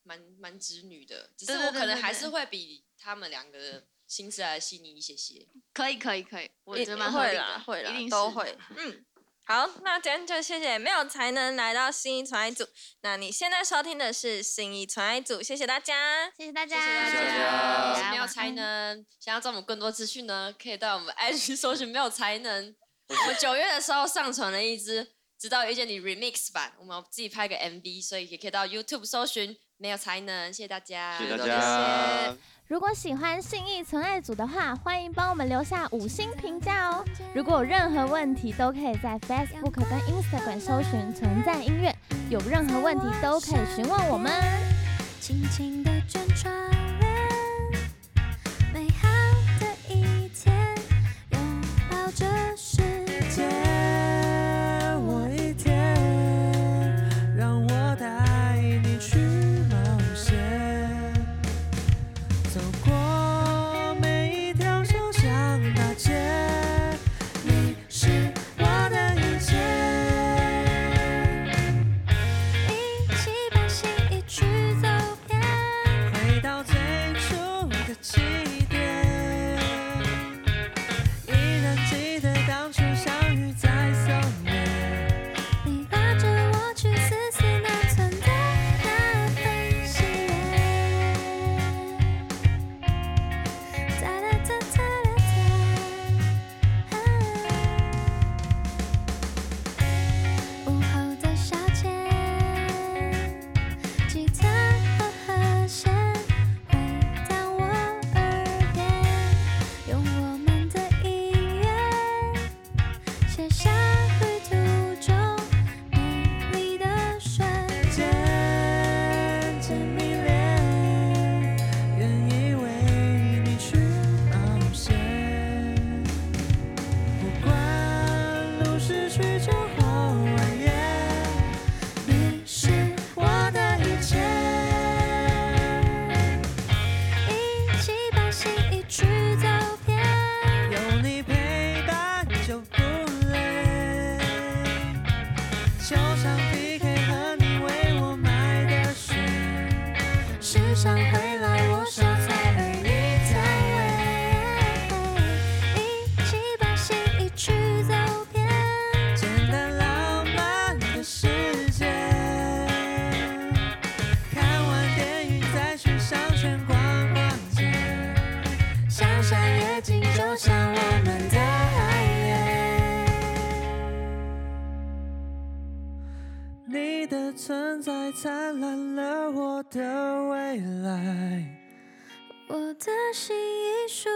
S6: 蛮蛮直女的，只是
S2: 对对
S6: 我可
S2: 对
S6: 能
S2: 对
S6: 还
S2: 对
S6: 是会比他们两个的心思来细腻一些些。
S2: 可以，可以，可以，我
S3: 一
S2: 觉得蛮合
S3: 会
S2: 理
S3: 啦
S2: 的，
S3: 会啦
S2: 一定，
S3: 都
S2: 是。
S3: 会。嗯，好，那今天就谢谢没有才能来到新一传爱组。那你现在收听的是新一传爱组，谢谢大家。
S2: 谢谢大家，
S4: 谢大家
S6: 我
S2: 大
S6: 是
S2: 家
S6: 没有
S2: 晚
S6: 才
S2: 安
S6: 能，想要找我们更多资讯呢，可以到我们 IG 搜寻没有才能。我们九月的时候上传了一支《直到遇见你》remix 版，我们自己拍个 MV，所以也可以到 YouTube 搜寻没有才能。谢谢大家，
S5: 谢谢大
S4: 谢
S5: 家。
S1: 如果喜欢信义存爱组的话，欢迎帮我们留下五星评价哦。如果有任何问题，都可以在 Facebook 跟 Instagram 搜寻“存在音乐”，有任何问题都可以询问我们。
S7: 轻轻地卷窗帘，美好的一天上回来，我守在儿女的围，一起把心意去走遍。
S8: 简单浪漫的世界。看完电影再去商圈逛逛街，
S7: 想象越近，就像我们的爱恋。
S8: 你的存在灿烂了我的未来。
S7: 我的心已属